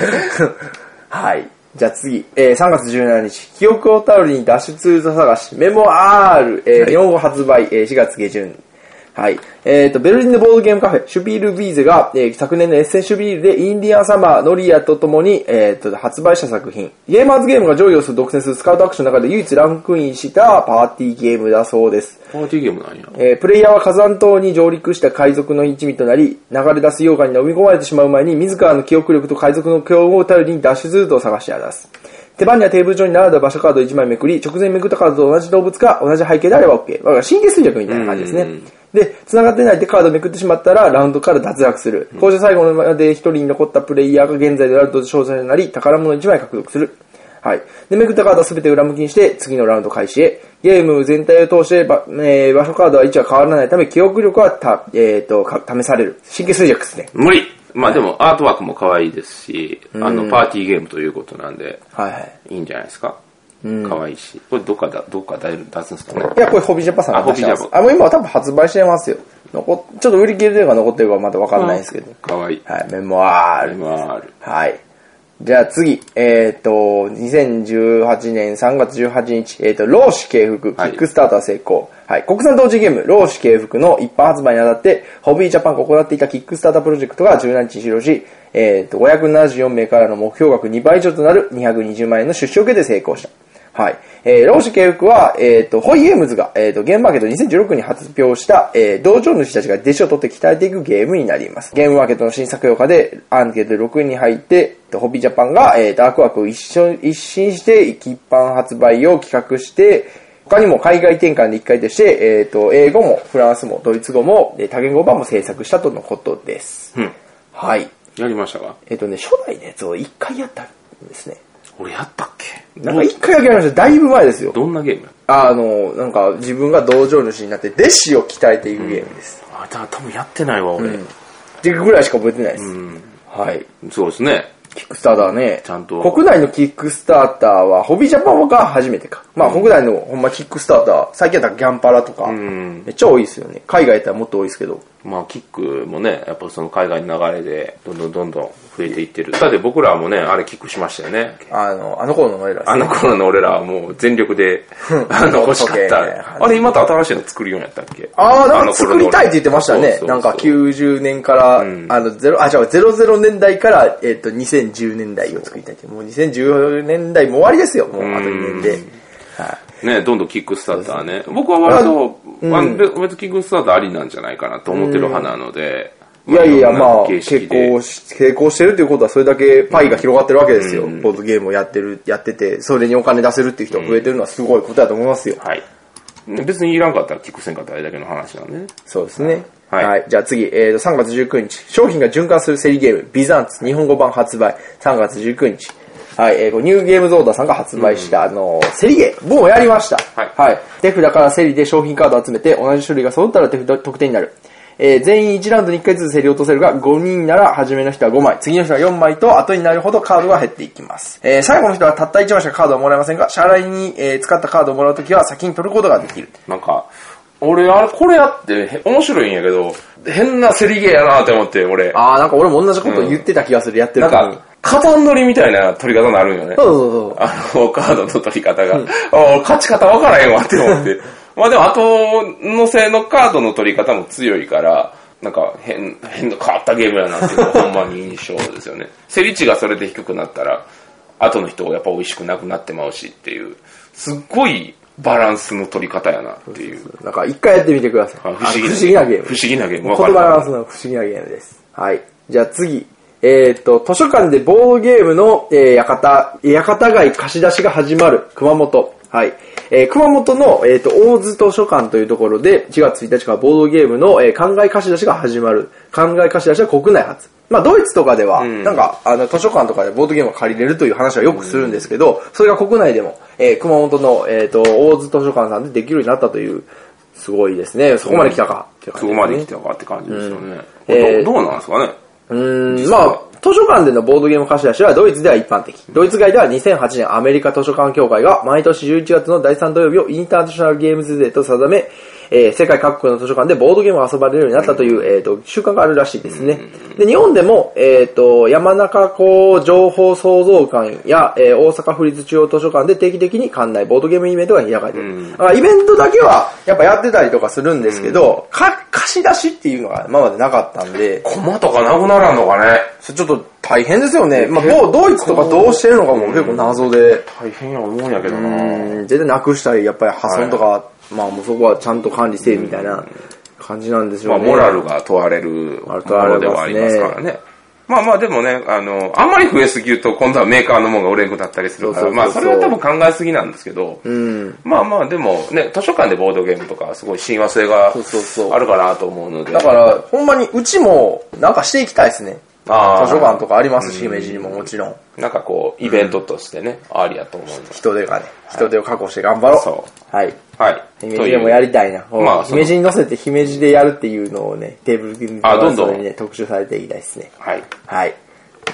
Speaker 3: はい。じゃあ次、えー3月17日、記憶を頼りに脱出ルート探し、メモ R、えー日本語発売、えー4月下旬。はい。えっ、と、ベルリンのボードゲームカフェ、シュビールビーゼが、えー昨年のエッセンシュビールでインディアンサマー、ノリアと共に、えっ、と、発売した作品。ゲーマーズゲームが上位をする独占するスカウトアクションの中で唯一ランクインしたパーティーゲームだそうです。
Speaker 2: パーティーゲームなんや
Speaker 3: えープレイヤーは火山島に上陸した海賊の一味となり、流れ出す溶岩に飲み込まれてしまう前に、自らの記憶力と海賊の強豪を頼りに脱出ルートを探し出す。手番にはテーブル上に並んだ場所カードを1枚めくり、直前にめくったカードと同じ動物か同じ背景であれば OK。だから神経衰弱みたいな感じですね。で、繋がってないでカードをめくってしまったら、ラウンドから脱落する。こうして最後まで一人に残ったプレイヤーが現在でラウンドで勝者になり、宝物を1枚獲得する。はい。で、めくったカードは全て裏向きにして、次のラウンド開始へ。ゲーム全体を通してば、えー場所カードは位置は変わらないため、記憶力はた、えー、と、か試される。神経衰弱ですね。
Speaker 2: 無理まあでもアートワークも可愛いですし、あのパーティーゲームということなんで
Speaker 3: はいはい。
Speaker 2: いいんじゃないですか可愛いし。これどっかだ、どっか出る出すんですかね。
Speaker 3: いや、これホビージャパンさんが出してます
Speaker 2: あホビージャ。パ
Speaker 3: あ、もう今は多分発売してますよ。残っちょっと売り切れてるか残ってるかはまだわかんないんですけど。
Speaker 2: 可愛い。
Speaker 3: はい、メモアール。
Speaker 2: MR。
Speaker 3: はい。じゃあ次、えっ、と、2018年3月18日、えっ、と、老子敬服、キ
Speaker 2: はい
Speaker 3: ックスターター成功。はい。国産同時ゲーム、老子敬服の一般発売にあたって、ホビージャパンが行っていたキックスタータープロジェクトが17日に終了し、えっ、と、574名からの目標額2倍以上となる220万円の出資を受けて成功した。はい。えー、老子契約は、えっ、と、ホイゲームズが、えっ、と、ゲームマーケット2016に発表した、えー、道場主たちが弟子を取って鍛えていくゲームになります。ゲームマーケットの新作評価で、アンケートで6位に入って、えっとホビージャパンが、えー、ダークワークを一緒一新して、一般発売を企画して、他にも海外転換で一回として、えっ、と、英語もフランスもドイツ語も、えー多言語版も制作したとのことです。
Speaker 2: うん。
Speaker 3: はい。
Speaker 2: やりましたか
Speaker 3: えっ、とね、初代のやつを一回やったんですね。
Speaker 2: 俺やったっけ
Speaker 3: なんか一回だけやりました。だいぶ前ですよ。
Speaker 2: どんなゲームや
Speaker 3: あの、なんか自分が道場主になって弟子を鍛えていくゲームです。
Speaker 2: あ、だ多分やってないわ、俺。
Speaker 3: っていうぐらいしか覚えてないです。はい。
Speaker 2: そうですね。
Speaker 3: キックスターターね。
Speaker 2: ちゃんと
Speaker 3: 国内のキックスターターは、ホビージャパンが初めてか。まあ、国内のほんまキックスターター、最近やったらギャンパラとか、
Speaker 2: ん
Speaker 3: めっちゃ多いですよね。海外やったらもっと多いですけど。
Speaker 2: まあ、キックもね、やっぱその海外の流れで、どんどんどんどん増えていってる。だって僕らもね、あれキックしましたよ ね。
Speaker 3: あの、あの頃の俺らです
Speaker 2: あ
Speaker 3: ね
Speaker 2: の頃の俺らはもう全力で、あの、欲しかっ
Speaker 3: 時計ね
Speaker 2: た。あれ、また新しいの作るようになったっけ
Speaker 3: ああ、なん
Speaker 2: の頃
Speaker 3: か作
Speaker 2: の俺
Speaker 3: りたいって言ってましたね。
Speaker 2: そうそうそう
Speaker 3: なんか90年から、あの、ゼロ、あ、じゃあ00年代から、えっ、と、2010年代を作りたいって。もう2010年代も終わりですよ、もう、あと2年で。はい。
Speaker 2: ね、どんどんキックスターターね。僕は割と、あの別別にキックスターターありなんじゃないかなと思ってる派なので。
Speaker 3: いやいや、まあ、
Speaker 2: 結
Speaker 3: 成
Speaker 2: 構
Speaker 3: 功し、成功してるということは、それだけパイが広がってるわけですよ。ボードゲームをやってる、やってて、それにお金出せるっていう人が増えてるのはすごいことだと思いますよ。
Speaker 2: はい。ね別にいらんかったらキックせんかったらあれだけの話なんでね。
Speaker 3: そうですね。は。
Speaker 2: はいい
Speaker 3: じゃあ次、えー、と、3月19日。商品が循環するセリゲーム、ビザンツ日本語版発売。3月19日。はい、えー、これニューゲームゾーダさんが発売した、あのーセリゲー、僕もやりました。
Speaker 2: はい
Speaker 3: はい。手札からセリで商品カードを集めて、同じ種類が揃ったら手札得点になる。えー、全員1ラウンドに1回ずつ競り落とせるが、5人なら初めの人は5枚、次の人は4枚と、後になるほどカードが減っていきます。えー、最後の人はたった1枚しかカードはもらえませんが、支払いに、えー使ったカードをもらうときは先に取ることができる。
Speaker 2: なんか、俺、あれ、これやって、へ面白いんやけど、変なセリゲーやなって思って、俺。
Speaker 3: あー、なんか俺も同じこと言ってた気がする、やって
Speaker 2: な
Speaker 3: る
Speaker 2: ん
Speaker 3: 時に
Speaker 2: か、カタン取りみたいな取り方になるんよね。
Speaker 3: そうそうそう。
Speaker 2: あの、カードの取り方が。あ俺勝ち方わからへんわって思 って。まあでも、後のせのカードの取り方も強いから、なんか変、変な変わったゲームやなっていうのがほんまに印象ですよ ね。セリ値がそれで低くなったら、後の人をやっぱ美味しくなくなってまうしっていう、すっごいバランスの取り方やなっていう。
Speaker 3: なんか一回やってみてください。
Speaker 2: あ不思議な
Speaker 3: あ不思議なゲーム。
Speaker 2: 不思議なゲーム
Speaker 3: 言
Speaker 2: わ
Speaker 3: 葉
Speaker 2: かる
Speaker 3: バランスの不思議なゲームです。はい。じゃあ次。えーっと、図書館でボードゲームの、えー、館、館街貸し出しが始まる熊本。はい。えー熊本の、えーっと、大津図書館というところで、4月1日からボードゲームの、えー、考え貸し出しが始まる。考え貸し出しは国内初。まあ、ドイツとかでは、なんか、あの、図書館とかでボードゲームを借りれるという話はよくするんですけど、それが国内でも、えー熊本の、えーっと、大津図書館さんでできるようになったという、すごいですね。そこまで来たか、っていう感
Speaker 2: そ
Speaker 3: じ
Speaker 2: こ
Speaker 3: すね
Speaker 2: まで来たかって感じですよね。
Speaker 3: うん
Speaker 2: これど
Speaker 3: えー
Speaker 2: どうなんですかね
Speaker 3: うーん、まあ、図書館でのボードゲーム貸し出しはドイツでは一般的。ドイツ外では2008年アメリカ図書館協会が毎年11月の第3土曜日をインターナショナルゲームズデーと定め、えー世界各国の図書館でボードゲームが遊ばれるようになったという、えー、と習慣があるらしいですね。で日本でも、えー、と山中港情報創造館や、えー大阪府立中央図書館で定期的に館内ボードゲームイベントが開かれている。だからイベントだけはやっぱやってたりとかするんですけど、か貸し出しっていうのが今までなかったんで、
Speaker 2: コマとかなくならんのかね
Speaker 3: それちょっと大変ですよね。まあ、どうドイツとかどうしてるのかも結構謎で。
Speaker 2: 大変や思うんやけどな
Speaker 3: うん、全然なくしたり、やっぱり破損とか、まあもうそこはちゃんと管理せえみたいな感じなんでし
Speaker 2: ま
Speaker 3: ょ
Speaker 2: あ、
Speaker 3: うね。
Speaker 2: モラルが問われるも
Speaker 3: あ問
Speaker 2: の
Speaker 3: われますね
Speaker 2: ではありますからね。まあまあでもね、あの、あんまり増えすぎると今度はメーカーのもんが売れんくなったりするか
Speaker 3: そう
Speaker 2: ら、
Speaker 3: そうそう
Speaker 2: まあそれは多分考えすぎなんですけど、
Speaker 3: うん。
Speaker 2: まあまあでもね、図書館でボードゲームとかすごい親和性が
Speaker 3: そうそうそう
Speaker 2: あるかなと思うので。
Speaker 3: だから、ほんまにうちもなんかしていきたいですね。
Speaker 2: あー
Speaker 3: 図書館とかありますし、姫路にももちろん。
Speaker 2: なんかこう、イベントとしてね、ありやと思います。
Speaker 3: 人手がね、人手を確保して頑張ろ。
Speaker 2: そう
Speaker 3: はい。
Speaker 2: う。はい。
Speaker 3: 姫路でもやりたいな。
Speaker 2: うまあその
Speaker 3: 姫路に乗せて姫路でやるっていうのをね、テーブルに
Speaker 2: あどんどん
Speaker 3: にね、特集されていきたいですね。
Speaker 2: はい。
Speaker 3: はい。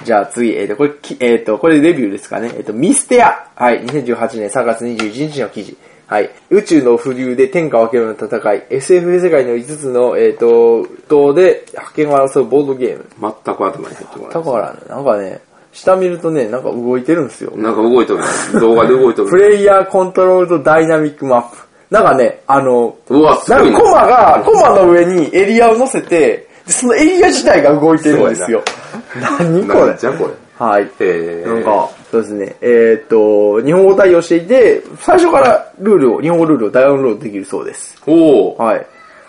Speaker 3: じゃあ次、えっ、と、これ、きえっ、と、これレビューですかね。えっ、と、ミステア。はい。2018年3月21日の記事。はい。宇宙の浮流で天下分け目の戦い。SF 世界の5つの、えっ、と、島で覇権を争うボードゲーム。
Speaker 2: 全く頭に入ってこな
Speaker 3: だ
Speaker 2: い。
Speaker 3: からね、なんかね、下見るとね、なんか動いてるんですよ。
Speaker 2: なんか動いてる。動画で動いて
Speaker 3: プ
Speaker 2: る。
Speaker 3: レイヤーコントロールとダイナミックマップ。なんかね、あの、
Speaker 2: うわ、す
Speaker 3: な
Speaker 2: ごい
Speaker 3: ん
Speaker 2: ね
Speaker 3: かコマが、コマの上にエリアを乗せて、でそのエリア自体が動いてるんですよ。 何こ
Speaker 2: な
Speaker 3: れ
Speaker 2: んじゃこれ。
Speaker 3: はい。
Speaker 2: えー、
Speaker 3: なんか、そうですね。えーっと、日本語対応していて、最初からルールを、日本語ルールをダウンロードできるそうです。
Speaker 2: おお、
Speaker 3: はい。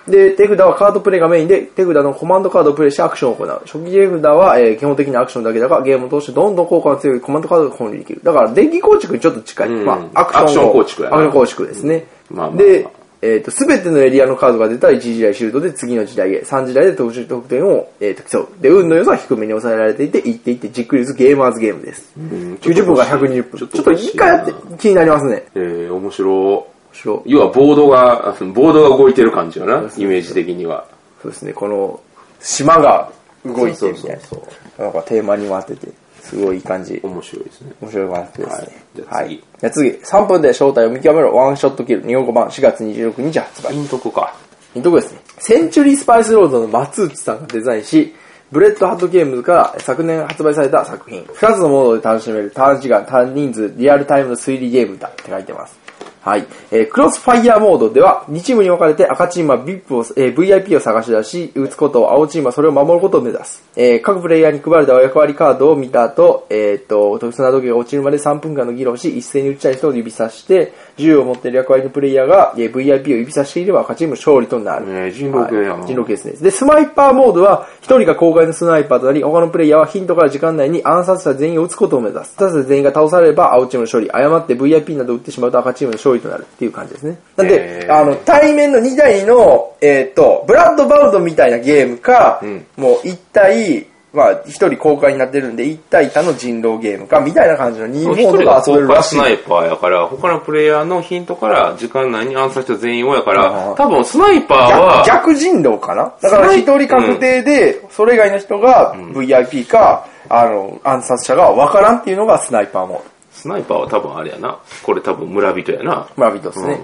Speaker 3: で、手札はカードプレイがメインで、手札のコマンドカードをプレイしてアクションを行う。初期手札は、えー基本的なアクションだけだが、ゲームを通してどんどん効果の強いコマンドカードが購入できる。だから、デッキ構築にちょっと近い。
Speaker 2: うん
Speaker 3: まあ、アクション
Speaker 2: ア
Speaker 3: を
Speaker 2: クション構築や
Speaker 3: ア
Speaker 2: な
Speaker 3: クション構築ですね。
Speaker 2: まあまあまあ
Speaker 3: で、えーっと、すべてのエリアのカードが出たら1時代シールドで次の時代へ、3時代で特殊得点を、えーっと競う。で、運の良さは低めに抑えられていて、一手一手じっくり打つゲーマーズゲームです。
Speaker 2: うん
Speaker 3: 90分から120分。ち
Speaker 2: ちょ
Speaker 3: ょ
Speaker 2: っ
Speaker 3: っと
Speaker 2: と
Speaker 3: 一回やって気になりますね。
Speaker 2: えー、面白い。
Speaker 3: そう
Speaker 2: 要はボードが、ボードが動いてる感じよな、イメージ的には。
Speaker 3: そうですね、この島が動いてみたいな。
Speaker 2: そうそう
Speaker 3: なんかテーマにも当てて、すごいいい感じ。
Speaker 2: 面白いですね。
Speaker 3: 面白い話ですね。は。
Speaker 2: はいい
Speaker 3: じゃあ次、3分で正体を見極めろ。ワンショットキル。日本語版4月26日発売。
Speaker 2: ピンとこか。
Speaker 3: いいとこですね。センチュリースパイスロードの松内さんがデザインし、ブレッドハットゲームズから昨年発売された作品。2つのモードで楽しめる短時間、短人数、リアルタイムの推理ゲームだって書いてます。はい。えークロスファイヤーモードでは、2チームに分かれて赤チームは VIP を、えー VIP を探し出し、撃つことを、青チームはそれを守ることを目指す。えー各プレイヤーに配られた役割カードを見た後、えーっと、特殊な時が落ちるまで3分間の議論をし、一斉に撃ちたい人を指さして、銃を持っている役割のプレイヤーが、えー VIP を指さしていれば赤チーム勝利となる。
Speaker 2: えー人狼系やな
Speaker 3: はい人狼系ですね。で、スナイパーモードは、一人が公開のスナイパーとなり、他のプレイヤーはヒントから時間内に暗殺者全員を撃つことを目指す。暗殺者全員が倒されれば青チームの勝利、誤って VIP などを撃ってしまうと赤チームの勝利となるっていう感じですね。なんで、
Speaker 2: へー
Speaker 3: あの、対面の2対2の、えっ、と、ブラッドバウンドみたいなゲームか、
Speaker 2: ん
Speaker 3: もう1対、まあ、1人公開になってるんで、1対1の人狼ゲームか、みたいな感じの2
Speaker 2: 一
Speaker 3: モー
Speaker 2: 人
Speaker 3: ドが
Speaker 2: が
Speaker 3: 遊べ
Speaker 2: 公
Speaker 3: るら
Speaker 2: 開
Speaker 3: し
Speaker 2: ス
Speaker 3: い。
Speaker 2: ナイパーやから、他のプレイヤーのヒントから時間内に暗殺した全員をやか
Speaker 3: あー
Speaker 2: ら、多分スナイパーは、
Speaker 3: 逆人狼かなだから一人確定で、それ以外の人が VIP か、あの、暗殺者が分からんっていうのがスナイパーも。
Speaker 2: スナイパーは多分あれやな。これ多分村人やな。
Speaker 3: 村人ですね。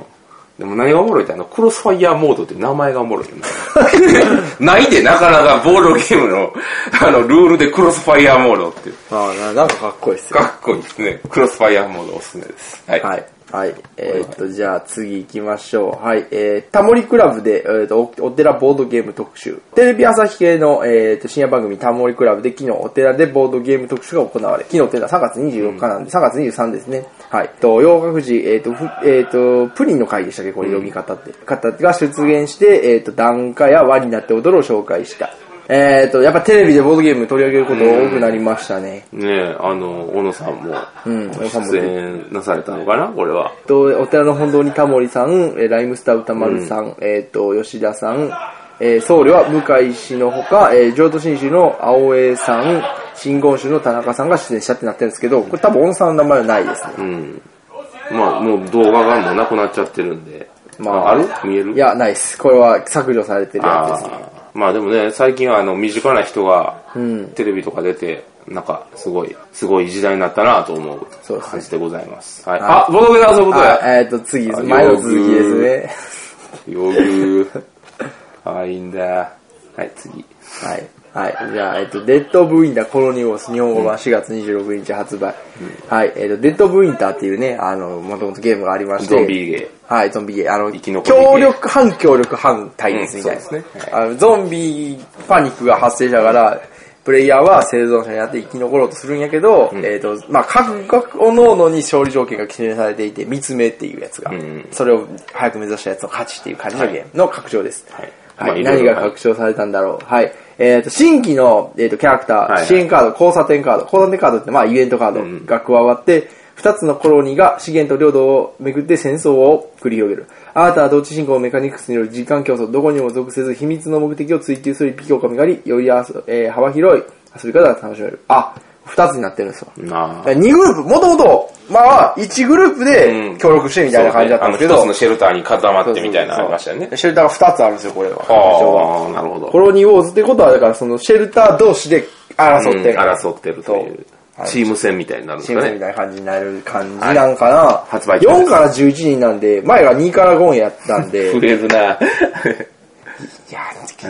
Speaker 2: でも何がおもろいってあの、クロスファイヤーモードって名前がおもろいよ な。ないで、なかなかボードゲームの、あの、ルールでクロスファイヤーモードって。
Speaker 3: ああ、ななんかかっこいいっすよ。
Speaker 2: かっこいいですね。クロスファイヤーモードおすすめです。はい。
Speaker 3: はい。はい。えーっと、じゃあ次行きましょう。はい。えー、タモリクラブで、えーっと、おお寺ボードゲーム特集。テレビ朝日系の、えーっと、深夜番組タモリクラブで昨日お寺でボードゲーム特集が行われ、昨日っていうのは3月24日なんで、3月23ですね。はい。と、洋楽時、えーっと、ふえーっと、プリンの会でしたっけこれ読み方って。方が出現して、えーっと、檀家や輪になって踊るを紹介した。えーっと、やっぱテレビでボードゲーム取り上げること多くなりましたね。
Speaker 2: ねえ、あの、小野さんも、
Speaker 3: ん小野さんも
Speaker 2: 出演なされたのかな、これは。
Speaker 3: えっと、お寺の本堂にタモリさん、えーライムスター歌丸さん、えーっと、吉田さん、えー僧侶は向井氏のほか、えー浄土真宗の青江さん、真言宗の田中さんが出演したってなってるんですけど、これ多分、小野さんの名前はないですね。
Speaker 2: うん。まあ、もう動画がもうなくなっちゃってるんで。
Speaker 3: ま
Speaker 2: ま
Speaker 3: あ
Speaker 2: あ、ある見える
Speaker 3: いや、ないです。これは削除されてるやつですね。
Speaker 2: あーまあでもね、最近はあの、身近な人が、テレビとか出て、なんか、すごい、すごい時代になったなと思う
Speaker 3: そうですね
Speaker 2: 感じでございます。はい。
Speaker 3: はい
Speaker 2: あ、ボドゲで遊ぶことや。
Speaker 3: あえーっと、次です。
Speaker 2: あ
Speaker 3: 前の続きですね。
Speaker 2: よぐあ、いいんだ。はい、次。
Speaker 3: はい。はい。じゃあ、えっと、デッド・オブ・ウィンター・コロニー・ウォース、日本語版4月26日発売。はい。えっと、デッド・オブ・ウィンターっていうね、あの、もともとゲームがありまして。
Speaker 2: ゾンビゲ
Speaker 3: はい、ゾンビゲー。あの、
Speaker 2: 生き残りゲー
Speaker 3: 協力、反協力、反対立みたいな。
Speaker 2: うんそうですね
Speaker 3: あのゾンビパニックが発生したから、プレイヤーは生存者になって生き残ろうとするんやけど、えっ、と、まあ、各各おのおのに勝利条件が記入されていて、三つ目っていうやつが、
Speaker 2: ん
Speaker 3: それを早く目指したやつの勝ちっていう感じのゲームの拡張です。
Speaker 2: はい
Speaker 3: はい
Speaker 2: まあいろい
Speaker 3: 何
Speaker 2: ろ
Speaker 3: が拡張されたんだろう。はい。えっ、と、新規の、えー、とキャラクター、
Speaker 2: いはい
Speaker 3: 支援カード、交差点カード、交差点カードってまあイベントカードが加わって、二、つのコロニーが資源と領土をめぐって戦争を繰り広げる。あなたは同時進行メカニクスによる時間競争、どこにも属せず秘密の目的を追求する一匹狼があり、よりあそ、えー幅広い遊び方が楽しめる。あ、二つになってるんですよ。
Speaker 2: なあ。
Speaker 3: 2グループ、もともと、まあ、1グループ
Speaker 2: う
Speaker 3: で
Speaker 2: ん
Speaker 3: 協力してみたいな感じだったんですけど、
Speaker 2: そうねあの一つのシェルターに固まってみたいなのありましたよね。
Speaker 3: シェルターが2つあるんですよ、これは。
Speaker 2: ああ、なるほ
Speaker 3: コ
Speaker 2: ど。
Speaker 3: ロニーウォーズってことは、だからそのシェルター同士で争って
Speaker 2: うん
Speaker 3: る。
Speaker 2: 争ってるという
Speaker 3: そう
Speaker 2: チーム戦みたいになるんで
Speaker 3: チ
Speaker 2: す
Speaker 3: ー
Speaker 2: か
Speaker 3: ムみ
Speaker 2: ね
Speaker 3: たいな感じになる感じなんかな。
Speaker 2: 発売日です
Speaker 3: 4から11人なんで、前が2から5やったんで、い
Speaker 2: フレーズな
Speaker 3: や、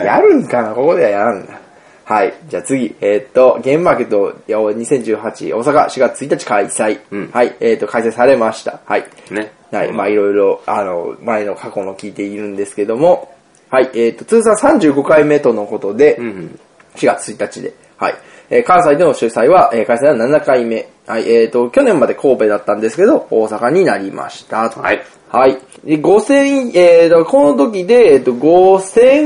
Speaker 3: やるんかな、ここではやらんな。はい。じゃあ次、えーっと、ゲームマーケット2018大阪4月1日開催。
Speaker 2: うん
Speaker 3: はい。えーっと、開催されました。はい。
Speaker 2: ね
Speaker 3: はい。まあ、いろいろ、あの、前の過去の聞いているんですけども、はい。えーっと、通算35回目とのことで、
Speaker 2: うん
Speaker 3: 4月1日で。はい。えー関西での主催は、えー開催は7回目。はい。えっ、と、去年まで神戸だったんですけど、大阪になりました。と
Speaker 2: はい。
Speaker 3: はい。で、5000、えーと、この時で、えっ、と、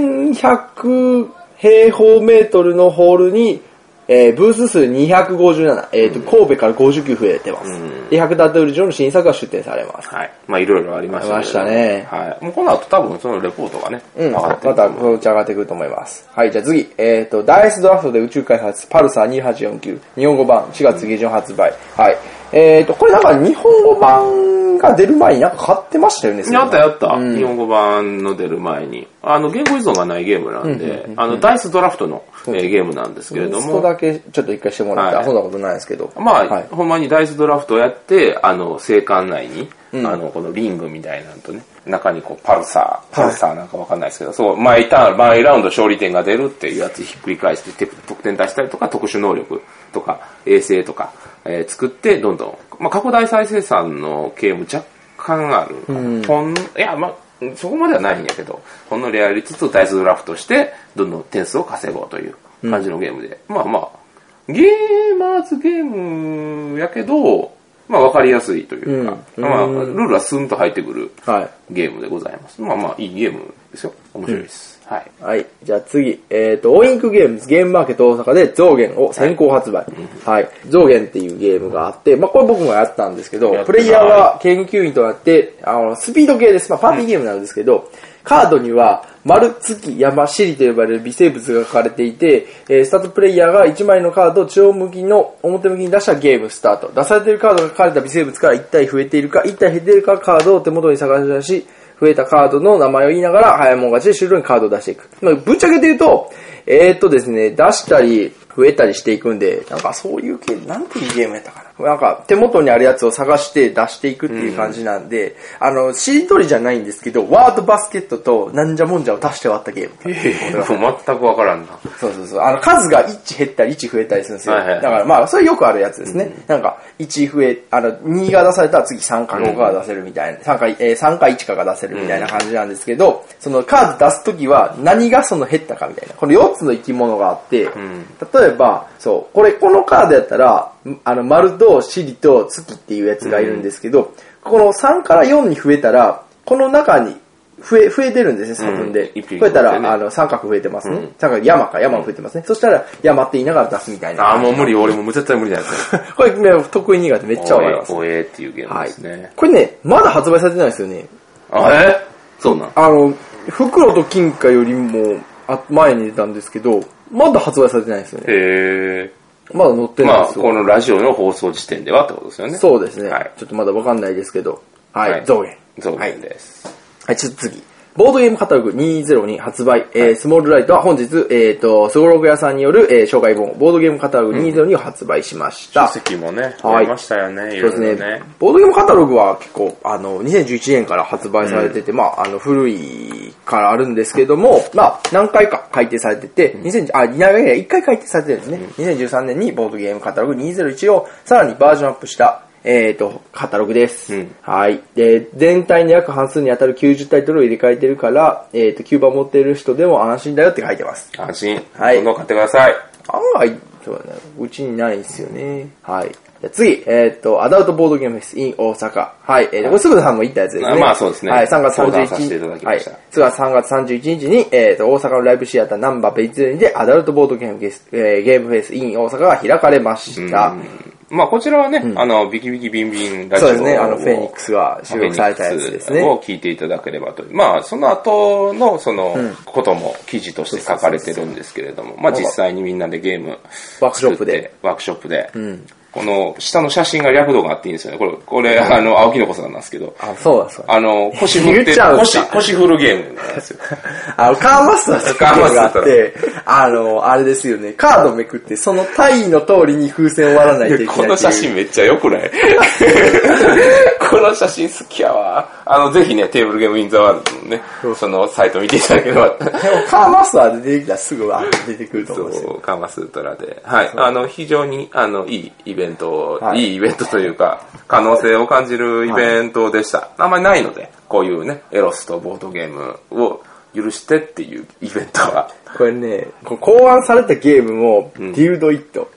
Speaker 3: 5100平方メートルのホールに、えーブース数257、えっ、と、神戸から59増えてます。
Speaker 2: ん
Speaker 3: で、100ダートル以上の新作が出展されます。
Speaker 2: はいまあいろいろありましたけど
Speaker 3: ありました
Speaker 2: はいもうこの後多分そのレポートがね
Speaker 3: うん。ま
Speaker 2: ってる
Speaker 3: た、こっち上がってくると思います。はい、じゃあ次。えっ、と、ダイスドラフトで宇宙開発、パルサー2849、日本語版、4月下旬発売。はい。えっ、と、これなんか日本語版が出る前になんか買ってましたよね、それ
Speaker 2: やったやった、日本語版の出る前に。あの、言語依存がないゲームなんで、あの、ダイスドラフトの、えーゲームなんですけれど
Speaker 3: リスト
Speaker 2: も、
Speaker 3: だけちょっと一回してもらった、
Speaker 2: はい
Speaker 3: そんなことないですけど。
Speaker 2: まあ、
Speaker 3: はい。
Speaker 2: ほんまにダイスドラフトをやって、あの、青函内に、あの、このリングみたいなのとね、中にこう、パルサー、パルサーなんかわかんないですけど、そう、毎ターン、毎ラウンド勝利点が出るっていうやつひっくり返して、て得点出したりとか、特殊能力とか、衛星とか、えー作って、どんどん、まあ、過去大再生産のゲーム若干あるのかな、ほん、いや、まあ、そこまではないんやけど、ほんのりやりつつ、ダイスドラフトして、どんどん点数を稼ごうという感じのゲームで、まあまあ、ゲーマーズゲームやけど、まあ分かりやすいというか、まあルールはスンと入ってくる
Speaker 3: はい。
Speaker 2: ゲームでございます。まあまあいいゲームですよ。面白いです。はい。
Speaker 3: はい。じゃあ次。えっ、と、オインクゲームズ、ゲームマーケット大阪で増減を先行発売。はい。増減っていうゲームがあって、まあこれ僕もやったんですけ
Speaker 2: や
Speaker 3: ど、
Speaker 2: った
Speaker 3: プレイヤーは研究員となって、あの、スピード系です。まあパーティーゲームなんですけど、カードには、丸、月、山、尻と呼ばれる微生物が書かれていて、えースタートプレイヤーが1枚のカードを中央向きの表向きに出したゲームスタート。出されているカードが書かれた微生物から1体増えているか、1体減っているかカードを手元に探し出し、増えたカードの名前を言いながら、早いもん勝ちで終了にカードを出していく。まあ、ぶっちゃけて言うと、えー、っとですね、出したり、増えたりしていくんで、なんかそういう系、なんていうゲームやったかな。なんか手元にあるやつを探して出していくっていう感じなんで、あの、しりとりじゃないんですけど、ワードバスケットとなんじゃもんじゃを足して割ったゲーム。
Speaker 2: もう全く分からんな。
Speaker 3: そうそうそう。あの、数が1減ったり1増えたりするんですよ。
Speaker 2: はいはい
Speaker 3: だからまあ、それよくあるやつですね。なんか、1増え、あの、2が出されたら次3か5かが出せるみたいな、3か、えー、3か1かが出せるみたいな感じなんですけど、そのカード出すときは何がその減ったかみたいな。この4つの生き物があって、
Speaker 2: ん
Speaker 3: 例えば、そう、これ、このカードやったら、あの、丸と尻と月っていうやつがいるんですけど、この3から4に増えたら、この中に増え、増えてるんですね、差分で。
Speaker 2: うん一匹
Speaker 3: 増えたら、
Speaker 2: 増えてね
Speaker 3: あの、三角増えてますね。
Speaker 2: うん
Speaker 3: 三角、山か、山も増えてますね。そしたら、山って言いながら出すみたい
Speaker 2: ああ、
Speaker 3: な。
Speaker 2: もう無理。俺もう絶対無理じゃないですか。
Speaker 3: これ、ね、得意苦手めっちゃわかりま す。
Speaker 2: おえっていうゲーム
Speaker 3: は
Speaker 2: で
Speaker 3: い
Speaker 2: すね。。
Speaker 3: これね、まだ発売されてないですよね。
Speaker 2: あえそうなん
Speaker 3: あの、袋と金貨よりも、あ前に出たんですけど、まだ発売されてないですよね。
Speaker 2: へえ。
Speaker 3: まだ載ってない
Speaker 2: ま
Speaker 3: ん
Speaker 2: あ、
Speaker 3: ですよ。
Speaker 2: このラジオの放送時点ではってことですよね。
Speaker 3: そうですね、
Speaker 2: はい
Speaker 3: ちょっとまだわかんないですけど。はい、
Speaker 2: はい
Speaker 3: 増減。
Speaker 2: そうなんです。
Speaker 3: はい、ちょっと次。ボードゲームカタログ202発売、えー、スモールライトは本日、えっ、と、スゴロク屋さんによる、えー紹介本、ボードゲームカタログ202を発売しました。
Speaker 2: 書籍もね、
Speaker 3: はい
Speaker 2: ありましたよね、い
Speaker 3: そう
Speaker 2: ろ
Speaker 3: で
Speaker 2: い
Speaker 3: す
Speaker 2: ろ
Speaker 3: ね
Speaker 2: ね。。
Speaker 3: ボードゲームカタログは結構、あの、2011年から発売されてて、まあ、あの、古いからあるんですけども、まあ、何回か改定されてて、2010あ、いやいや、1回改定されてるんですね。2013年にボードゲームカタログ201をさらにバージョンアップした、えっ、と、カタログです。
Speaker 2: うん
Speaker 3: はい。で、全体の約半数に当たる90タイトルを入れ替えてるから、えっ、と、9番持ってる人でも安心だよって書いてます。
Speaker 2: 安心。
Speaker 3: はい
Speaker 2: どんどん買ってください。
Speaker 3: 案外、そうだね。うちにないですよね。はい。じゃあ次、えっ、と、アダルトボードゲームフェス in 大阪。はい。えー、と、これ、すぐさんも言ったやつですね。
Speaker 2: まあそうですね
Speaker 3: はい、3月
Speaker 2: 相談
Speaker 3: 31
Speaker 2: させていただ
Speaker 3: 日。
Speaker 2: き
Speaker 3: は
Speaker 2: ま
Speaker 3: い
Speaker 2: した。
Speaker 3: 次は3月31日に、えっ、と、大阪のライブシアターナンバーベイツにで、アダルトボードゲームフェス、えーゲームフェス in 大阪が開かれました。
Speaker 2: まあ、こちらはね、あの、ビキビキビンビンラジオ
Speaker 3: そう
Speaker 2: を
Speaker 3: ですね。あの、フェニックスが収録されたやつですね。
Speaker 2: を聞いていただければという。まあ、その後の、その、ことも記事として書かれてるんですけれども、まあ、実際にみんなでゲーム、
Speaker 3: ワークショップで
Speaker 2: 作って。ワークショップで、この下の写真が略度があっていいんですよね。これ、これ、あの、青木の子さんなんですけど、
Speaker 3: あ、そうだ、そうだ。
Speaker 2: あの、腰振っ
Speaker 3: 言
Speaker 2: て、
Speaker 3: っちゃうんだ
Speaker 2: 腰、腰振るゲームなんですよ。
Speaker 3: あの、カーマスターって
Speaker 2: カーマス
Speaker 3: が
Speaker 2: ター
Speaker 3: あって、あの、あれですよね、カードめくって、その単位の通りに風船を割らないといけないってい
Speaker 2: こ
Speaker 3: う。
Speaker 2: の写真めっちゃ良くない この写真好きやわ。あの、ぜひね、テーブルゲームインザワールドのね、そのサイト見ていただけれ ば。
Speaker 3: でもカーマスターで出てきたらすぐわーって出てくると思うんです
Speaker 2: そ
Speaker 3: よ。
Speaker 2: う、カンマスートラで。はい。あの、非常に、あの、いいイベント、
Speaker 3: はい
Speaker 2: い、いイベントというか、可能性を感じるイベントでした。あんまりないので、こういうね、エロスとボードゲームを許してっていうイベントは。
Speaker 3: これね、こう考案されたゲームも、ディルドイット、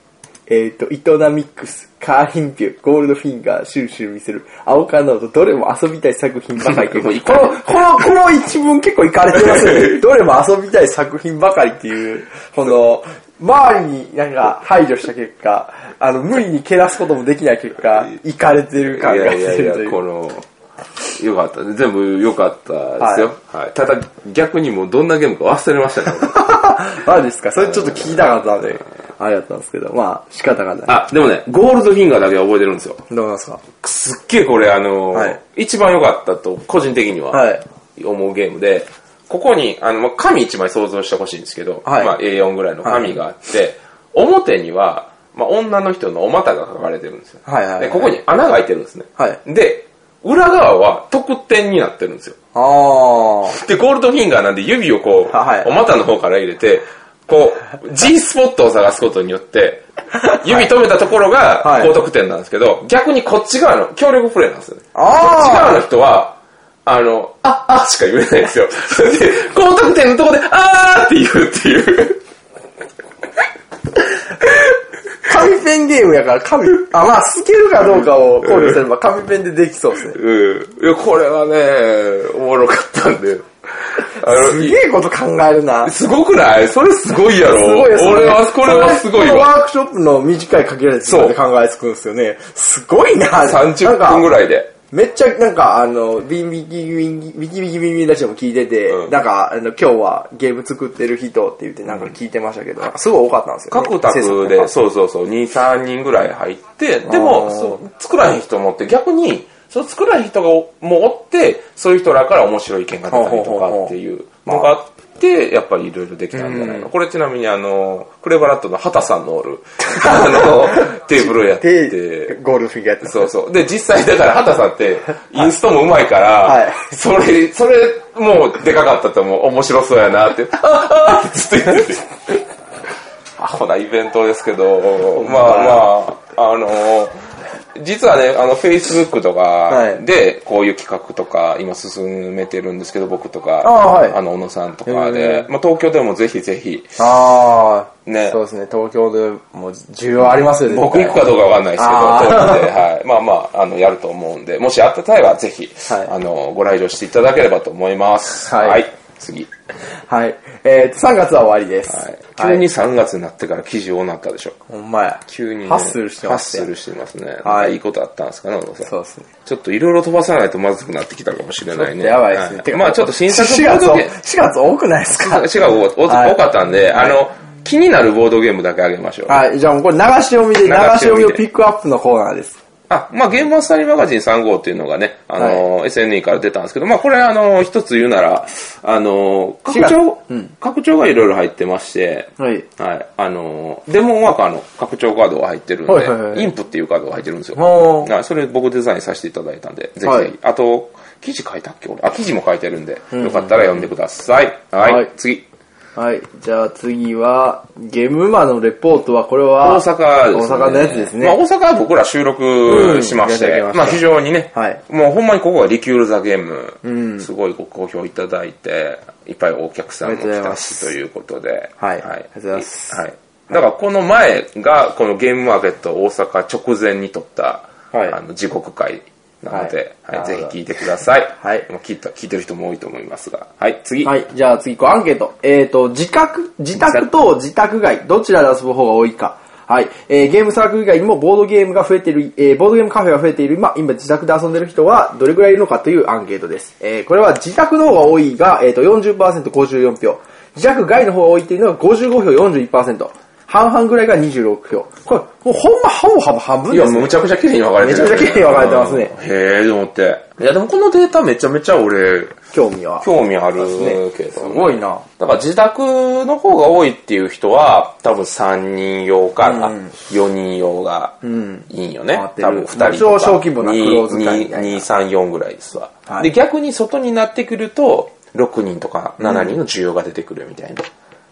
Speaker 3: えっ、と、イトナミックス、カーヒンピュ、ゴールドフィンガー、シュルシュル見せる、青カノード、どれも遊びたい作品ばかりとい う
Speaker 2: もういい
Speaker 3: こ
Speaker 2: か
Speaker 3: の、この、この一文結構いかれてま すよね。どれも遊びたい作品ばかりっていう、この、周りになんか排除した結果、あの、無理に蹴らすこともできない結 果、いかれてる
Speaker 2: いや
Speaker 3: 感がす
Speaker 2: いや
Speaker 3: ると
Speaker 2: い
Speaker 3: い
Speaker 2: や、
Speaker 3: う
Speaker 2: こ。の、よかった。全部良かったですよ。はい。ただ、逆にもうどんなゲームか忘れましたね。俺
Speaker 3: あですかそれちょっと聞きたかったんで、あれだったんですけど、まあ、仕方がない。
Speaker 2: あ、でもね、ゴールドフィンガーだけは覚えてるんですよ。
Speaker 3: どうなんですか
Speaker 2: すっげえこれあの、
Speaker 3: はい
Speaker 2: 一番良かったと個人的に
Speaker 3: は
Speaker 2: はい思うゲームで、ここにあの、まあ、紙一枚想像してほしいんですけど、
Speaker 3: はい
Speaker 2: まあ、A4 ぐらいの紙があって、表には、まあ、女の人のお股が書かれてるんですよ。
Speaker 3: はいはいはい
Speaker 2: で、ここに穴が開いてるんですね。
Speaker 3: はい
Speaker 2: で、裏側は得点になってるんですよ。
Speaker 3: ああ。
Speaker 2: で、ゴールドフィンガーなんで指をこう、
Speaker 3: はい
Speaker 2: お股の方から入れて、こう、G スポットを探すことによって、指止めたところが
Speaker 3: はい
Speaker 2: 高得点なんですけど、逆にこっち側の協力プレイなんですよね。こっち
Speaker 3: あ
Speaker 2: 側の人は、あの、あ、あしか言えないんですよ。 それで、高得点のとこで、あーって言うっていう。
Speaker 3: あ紙ペンゲームやか ら、紙、あ、まあ、スケールかどうかを考慮すれば紙ペンでできそうですね。
Speaker 2: うん。いや、これはね、おもろかったんで。あの
Speaker 3: すげえこと考えるな。す
Speaker 2: すごくないそれすごいやろ。
Speaker 3: ごいですね。
Speaker 2: 俺は、これはすごい
Speaker 3: この
Speaker 2: わ。
Speaker 3: ワークショップの短い限られた時間で考えつくんですよね。すごいな。
Speaker 2: 30分ぐ
Speaker 3: い。
Speaker 2: らいで。
Speaker 3: めっちゃ、なんか、あの、ビンビキビンビキビキビンビンラジオも聞いてて、
Speaker 2: うん
Speaker 3: なんか、あの、今日はゲーム作ってる人って言ってなんか聞いてましたけど、なんかすごい多かったんですよ、ね。
Speaker 2: 各卓
Speaker 3: 制
Speaker 2: で、
Speaker 3: 作
Speaker 2: そうそうそう、2、3人ぐらい入って、で
Speaker 3: あ
Speaker 2: も、
Speaker 3: ー
Speaker 2: そう作らへん人もおって、逆に、その作らへん人がおもうおって、そういう人らから面白い意見が出たり
Speaker 3: ほう
Speaker 2: と
Speaker 3: ほうほうほ
Speaker 2: か
Speaker 3: う
Speaker 2: っていうのがあって、やっぱりいろいろできたんじゃないの。これちなみにあの、クレバラットの畑さんのおる、 あの、テーブルをやっ
Speaker 3: で
Speaker 2: て、
Speaker 3: ゴールドフィギュアやって た
Speaker 2: そうそう。で、実際だから、畑さんって、インストもうまいから、
Speaker 3: はい
Speaker 2: それ、それ、もう、でかかったと思う。面白そうやなって、 あああってずっと言ってて。アホなイベントですけど、まあまあ、あの実はね、あの、Facebook とか
Speaker 3: い
Speaker 2: で、こういう企画とか、今進めてるんですけど、僕とか、
Speaker 3: あはい
Speaker 2: の、小野さんとか
Speaker 3: へ
Speaker 2: で、まあ、東京でもぜひぜひ、
Speaker 3: ああ、
Speaker 2: ね
Speaker 3: そうですね、東京でも需要ありますよね。
Speaker 2: 僕行くかどうかわかんないですけど、
Speaker 3: あー
Speaker 2: 当時で、はい。まあまあ、あの、やると思うんで、もしあった際はぜひ、
Speaker 3: はい
Speaker 2: あの、ご来場していただければと思います。
Speaker 3: はい
Speaker 2: 次。
Speaker 3: はい。えーと、3月は終わりです。
Speaker 2: はい。
Speaker 3: は
Speaker 2: 急
Speaker 3: い
Speaker 2: に3月になってから記事多なったでしょ。
Speaker 3: ほんまや。
Speaker 2: 急に、ね。
Speaker 3: ハッスルしてます
Speaker 2: ハッ
Speaker 3: ね
Speaker 2: スルしてますね。
Speaker 3: はい
Speaker 2: はい。いいことあったんですかね、小野さん。
Speaker 3: そうですね。
Speaker 2: ちょっといろいろ飛ばさないとまずくなってきたかもしれないね。
Speaker 3: やばいですね。
Speaker 2: は
Speaker 3: てか
Speaker 2: まあちょっと新作
Speaker 3: 4
Speaker 2: ボード
Speaker 3: 月多、
Speaker 2: ゲーム
Speaker 3: 4月多くないですか
Speaker 2: 違う、多
Speaker 3: はい
Speaker 2: 多かったんで、あの、気になるボードゲームだけあげましょう。
Speaker 3: はい、じゃあもうこれ流し読みで、流し
Speaker 2: し読みで
Speaker 3: 読みをピックアップのコーナーです。
Speaker 2: あ、まあ、ゲームマスタリーマガジン3号っていうのがね、あの、SNE から出たんですけど、まあ、これ、あの、一つ言うなら、あの、拡張、拡張がいろいろ入ってまして、
Speaker 3: はい。
Speaker 2: はい、あの、デモンワーカーの拡張カードが入ってるんで、
Speaker 3: はいはいはい
Speaker 2: インプっていうカードが入ってるんですよ。
Speaker 3: ほう
Speaker 2: はいそれ僕デザインさせていただいたんで、ぜひぜひ、
Speaker 3: はい
Speaker 2: あと、記事書いたっけ俺。あ、記事も書いてるんで、よかったら読んでください。はい、
Speaker 3: はい
Speaker 2: 次。
Speaker 3: はい、じゃあ次は、ゲームマのレポートは、これ
Speaker 2: 大
Speaker 3: は、
Speaker 2: 阪ですね。
Speaker 3: 大阪のやつですね
Speaker 2: まあ、大阪は僕ら収録しまして、
Speaker 3: うんいただき
Speaker 2: ま
Speaker 3: ました
Speaker 2: あ非常にね、
Speaker 3: はい
Speaker 2: もうほんまにここはリキュール・ザ・ゲーム、すごいご好評いただいて、いっぱいお客さんも
Speaker 3: あり
Speaker 2: 来
Speaker 3: がとうござい
Speaker 2: た
Speaker 3: ま
Speaker 2: し
Speaker 3: す
Speaker 2: ということで、
Speaker 3: はいありがとうございます
Speaker 2: はい。だからこの前がこのゲームマーケット大阪直前に撮った、
Speaker 3: はい
Speaker 2: あの、地獄会なので、
Speaker 3: はい
Speaker 2: はい
Speaker 3: なる
Speaker 2: ぜ
Speaker 3: ほど
Speaker 2: ひ聞いてください。
Speaker 3: はい
Speaker 2: もう聞いた、聞いてる人も多いと思いますが。はい、次。
Speaker 3: はい、じゃあ次、こうアンケート。えっ、と、自宅、自宅と自宅外、どちらで遊ぶ方が多いか。はい、えーゲームサークル以外にもボードゲームが増えている、えーボードゲームカフェが増えている今、今自宅で遊んでる人はどれくらいいるのかというアンケートです。えーこれは自宅の方が多いが、えっ、と、40%、54票。自宅外の方が多いっていうのは55票、41%。半々ぐらいが26票。これ、もうほんま半分半分半分
Speaker 2: い
Speaker 3: で
Speaker 2: や、
Speaker 3: すね
Speaker 2: むちゃくちゃ綺麗に分かれてる、
Speaker 3: めちゃくちゃ綺麗に分かれてますね
Speaker 2: うん。へえ、と思って。いや、でもこのデータめちゃめちゃ俺、
Speaker 3: 興味は。
Speaker 2: 興味あるけ
Speaker 3: ね、す
Speaker 2: ど、
Speaker 3: ごいな。
Speaker 2: だから自宅の方が多いっていう人は、多分3人用から
Speaker 3: うん
Speaker 2: 4人用が
Speaker 3: ん
Speaker 2: いいんよね。
Speaker 3: 合ってる
Speaker 2: 多分2人
Speaker 3: 一応
Speaker 2: とか。
Speaker 3: 小規模なクローズ会みたいな
Speaker 2: 2、3、4ぐらいですわ。
Speaker 3: はい
Speaker 2: で、逆に外になってくると、6人とか7人の需要が出てくるみたいな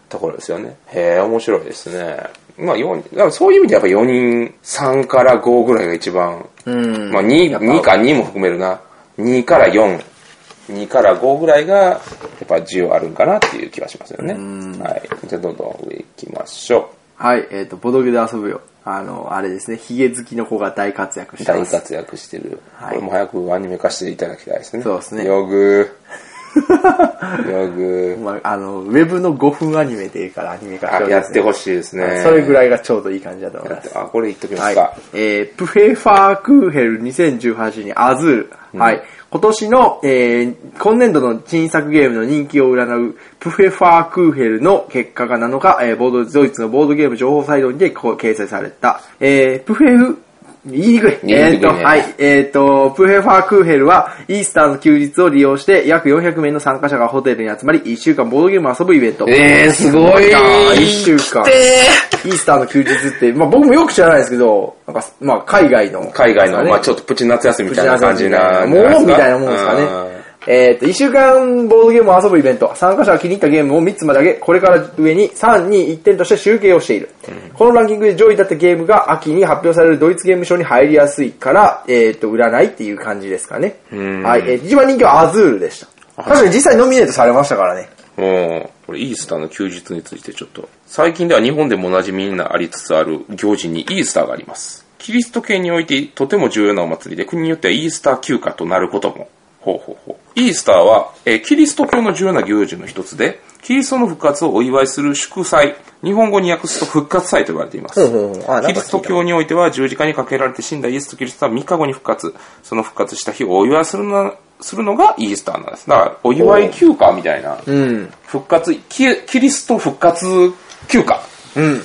Speaker 2: ところですよね。へえ、面白いですね。まあ、4人、だからそういう意味でやっぱ4人、3から5ぐらいが一番、
Speaker 3: うん
Speaker 2: まあ 2, 2か2も含めるな。2から4。2から5ぐらいが、やっぱ需要あるんかなっていう気はしますよね。はい。じゃあどんどん上行きましょ
Speaker 3: はい、えっ、と、ボドゲで遊ぶよ。あの、あれですね、ヒゲ好きの子が大活躍
Speaker 2: う。
Speaker 3: して
Speaker 2: 大
Speaker 3: ます。
Speaker 2: 活躍してる。
Speaker 3: はい
Speaker 2: これも早くアニメ化していただきたいですね。
Speaker 3: そうですね
Speaker 2: ヨ グー。ヨグ
Speaker 3: まあ、あの、ウェブの5分アニメでいいからアニメ化
Speaker 2: ー。あやってほ
Speaker 3: し
Speaker 2: しいです
Speaker 3: い
Speaker 2: ね。
Speaker 3: それぐ
Speaker 2: い。
Speaker 3: らいがちょうどいい感じだと思います。
Speaker 2: あ、これ言っときま
Speaker 3: は
Speaker 2: す
Speaker 3: い
Speaker 2: か。。
Speaker 3: えー、プフェファークーヘル2018にアズール。はい。今年の、えー、今年度の新作ゲームの人気を占う、プフェファークーヘルの結果が7日、えー、ボード、ドイツのボードゲーム情報サイトにてこう掲載された。えー、プフェフ、言いにくい。
Speaker 2: 言い
Speaker 3: え
Speaker 2: にくいね
Speaker 3: ーと、はい。えっ、と、プフェファークーヘルは、イースターの休日を利用して、約400名の参加者がホテルに集まり、1週間ボードゲームを遊ぶイベント。
Speaker 2: えー、すごい
Speaker 3: あー一週間
Speaker 2: 来て
Speaker 3: イースターの休日って、まあ僕もよく知らないですけど、なんか、まあ海外の。
Speaker 2: ー海外の、
Speaker 3: ね
Speaker 2: まあちょっとプチ夏休みみ
Speaker 3: み
Speaker 2: た
Speaker 3: た
Speaker 2: いな
Speaker 3: いな
Speaker 2: 感
Speaker 3: 感
Speaker 2: じ
Speaker 3: じ
Speaker 2: な
Speaker 3: な、
Speaker 2: ん
Speaker 3: も
Speaker 2: じゃ
Speaker 3: の
Speaker 2: い
Speaker 3: み
Speaker 2: で
Speaker 3: た
Speaker 2: す
Speaker 3: いなもんですか
Speaker 2: うん
Speaker 3: ね。えっ、と、1週間ボードゲームを遊ぶイベント、参加者が気に入ったゲームを3つまで上げ、これから上に3、2、1点として集計をしている。このランキングで上位だったゲームが秋に発表されるドイツゲーム賞に入りやすいから、えっ、と、売らないっていう感じですかね。
Speaker 2: ん
Speaker 3: はい、えー一番人気はアズールでした。確かに実際ノミネートされましたからね。
Speaker 2: うん。これ、イースターの休日についてちょっと。最近では日本でもおなじみになりつつある行事にイースターがあります。キリスト系においてとても重要なお祭りで、国によってはイースター休暇となることも。ほうほうほう。イースターは、えーキリスト教の重要な行事の一つで、キリストの復活をお祝いする祝祭。日本語に訳すと復活祭と言われています。
Speaker 3: うんうんあなんか聞
Speaker 2: キ
Speaker 3: いた
Speaker 2: リスト教においては十字架にかけられて死んだイエスとキリストは3日後に復活。その復活した日をお祝いするのするのがイースターなんです。だから、お祝い休暇みたいな。
Speaker 3: うん。
Speaker 2: 復活キキリスト復活休暇